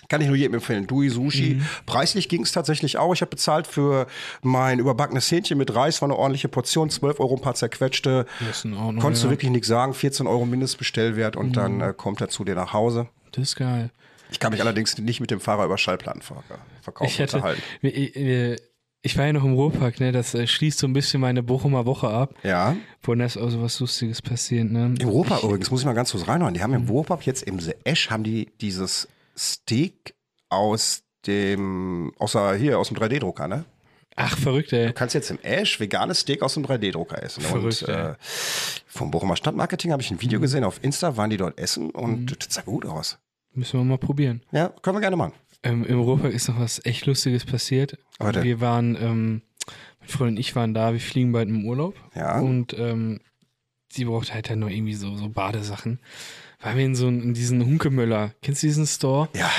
Speaker 2: kann ich nur jedem empfehlen. Dui Sushi.
Speaker 3: Mhm.
Speaker 2: Preislich ging es tatsächlich auch. Ich habe bezahlt für mein überbackenes Hähnchen mit Reis, war eine ordentliche Portion, 12 Euro ein paar zerquetschte.
Speaker 3: Das ist in Ordnung.
Speaker 2: Konntest
Speaker 3: ja. Mhm.
Speaker 2: du wirklich nichts sagen, 14 Euro Mindestbestellwert und dann äh, kommt er zu dir nach Hause.
Speaker 3: Das ist geil.
Speaker 2: Ich kann mich allerdings nicht mit dem Fahrer über Schallplattenverkauf
Speaker 3: Ich hatte.
Speaker 2: unterhalten.
Speaker 3: Ich, ich- ich war ja noch im Ruhrpark, ne? Das äh, schließt so ein bisschen meine Bochumer Woche ab.
Speaker 2: Ja.
Speaker 3: Wo da ist auch so was Lustiges passiert, ne?
Speaker 2: Im Ruhrpark übrigens, muss ich mal ganz kurz reinhauen. Die haben
Speaker 3: Mhm.
Speaker 2: im Ruhrpark jetzt im The Esch haben die dieses Steak aus dem, außer hier, aus dem 3D-Drucker, ne?
Speaker 3: Ach, verrückt, ey.
Speaker 2: Du kannst jetzt im Ash veganes Steak aus dem 3D-Drucker essen.
Speaker 3: Verrückt,
Speaker 2: und
Speaker 3: ey. Mhm.
Speaker 2: äh, vom Bochumer Stadtmarketing habe ich ein Video gesehen auf Insta, waren die dort essen und das sah gut aus.
Speaker 3: Müssen wir mal probieren.
Speaker 2: Ja, können wir gerne machen.
Speaker 3: Ähm, Im Ruhrpark ist noch was echt Lustiges passiert.
Speaker 2: Warte.
Speaker 3: Wir waren, ähm, mein Freund und ich waren da, wir fliegen bald im Urlaub.
Speaker 2: Ja.
Speaker 3: Und ähm, sie braucht halt dann noch irgendwie so, so Badesachen. Waren wir in so einen- in diesen Hunkemöller. Kennst du diesen Store?
Speaker 2: Ja.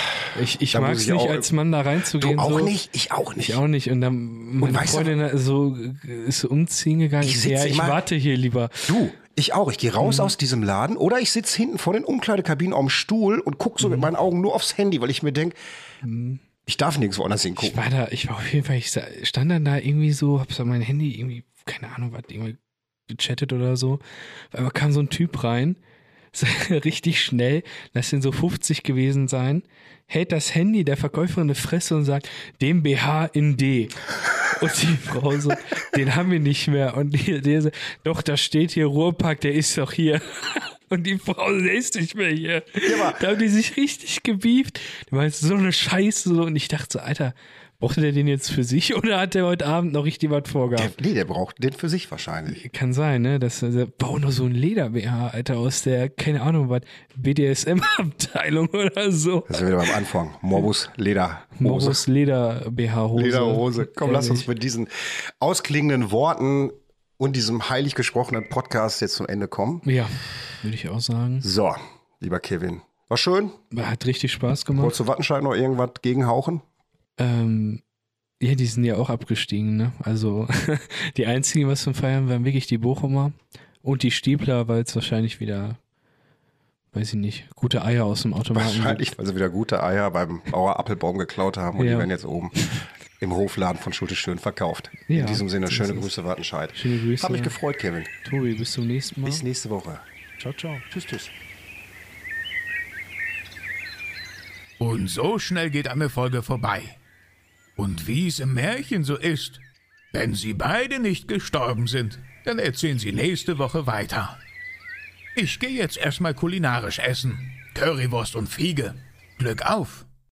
Speaker 3: Ich, ich
Speaker 2: da
Speaker 3: mag
Speaker 2: muss
Speaker 3: es
Speaker 2: ich
Speaker 3: nicht,
Speaker 2: auch-
Speaker 3: als Mann da
Speaker 2: Du
Speaker 3: reinzugehen.
Speaker 2: auch
Speaker 3: so.
Speaker 2: nicht? Ich auch nicht.
Speaker 3: Ich auch nicht. Und dann meine
Speaker 2: weißt du-
Speaker 3: Freundin hat so äh, ist so umziehen gegangen.
Speaker 2: Ich sitze
Speaker 3: ja, ich
Speaker 2: immer-
Speaker 3: warte hier lieber.
Speaker 2: Du, ich auch. Ich gehe raus
Speaker 3: Mhm.
Speaker 2: aus diesem Laden oder ich sitze hinten vor den Umkleidekabinen auf dem Stuhl und gucke so
Speaker 3: Mhm.
Speaker 2: mit meinen Augen nur aufs Handy, weil ich mir denke, ich darf nirgendwo anders
Speaker 3: Ich
Speaker 2: hingucken.
Speaker 3: war da, ich war auf jeden Fall, ich sa- stand dann da irgendwie so, hab so mein Handy irgendwie, keine Ahnung, was, irgendwie gechattet oder so. Auf einmal kam so ein Typ rein, richtig schnell, lass ihn so 50 gewesen sein, hält das Handy der Verkäuferin eine Fresse und sagt, dem BH in D. Und die Frau so, den haben wir nicht mehr. Und die, die so, doch, da steht hier Ruhrpark, der ist doch hier. Und die Frau der ist nicht mehr hier. da haben die sich richtig gebieft. Die meinst so eine Scheiße so. Und ich dachte so, Alter, brauchte der den jetzt für sich oder hat der heute Abend noch richtig was
Speaker 2: Der,
Speaker 3: vorgehabt?
Speaker 2: Äh, nee, der braucht den für sich wahrscheinlich.
Speaker 3: Kann sein, ne? Das äh, bau nur so ein Leder-BH, Alter, aus der, keine Ahnung was, BDSM-Abteilung oder so.
Speaker 2: Das ist wieder beim Anfang. Morbus Leder.
Speaker 3: Morus Leder-BH-Hose.
Speaker 2: Lederhose. Komm, lass uns
Speaker 3: Ehrlich.
Speaker 2: mit diesen ausklingenden Worten und diesem heilig gesprochenen Podcast jetzt zum Ende kommen.
Speaker 3: Äh, Ja, würde ich auch sagen.
Speaker 2: So, lieber Kevin. War
Speaker 3: Hm.
Speaker 2: schön.
Speaker 3: Hat richtig Spaß gemacht.
Speaker 2: Wolltest du Wattenscheid noch irgendwas gegenhauchen?
Speaker 3: Ähm, ja, die sind ja auch abgestiegen, ne? Also die einzigen, was wir feiern, waren wirklich die Bochumer und die Stiebler, weil es wahrscheinlich wieder, weiß ich nicht, gute Eier aus dem Automaten gibt.
Speaker 2: Wahrscheinlich, weil sie wieder gute Eier beim Bauer Appelbaum geklaut haben und die
Speaker 3: Ja.
Speaker 2: werden jetzt oben im Hofladen von Schulte Schön verkauft.
Speaker 3: Ja,
Speaker 2: In diesem Sinne,
Speaker 3: so
Speaker 2: schöne
Speaker 3: ist es.
Speaker 2: Grüße, Wattenscheid.
Speaker 3: Schöne Grüße.
Speaker 2: Hab mich gefreut, Kevin.
Speaker 3: Tobi, bis zum nächsten Mal.
Speaker 2: Bis nächste Woche.
Speaker 3: Ciao, ciao.
Speaker 2: Tschüss, tschüss.
Speaker 1: Und so schnell geht eine Folge vorbei. Und wie es im Märchen so ist, wenn sie beide nicht gestorben sind, dann erzählen sie nächste Woche weiter. Ich gehe jetzt erstmal kulinarisch essen. Currywurst und Fiege. Glück auf!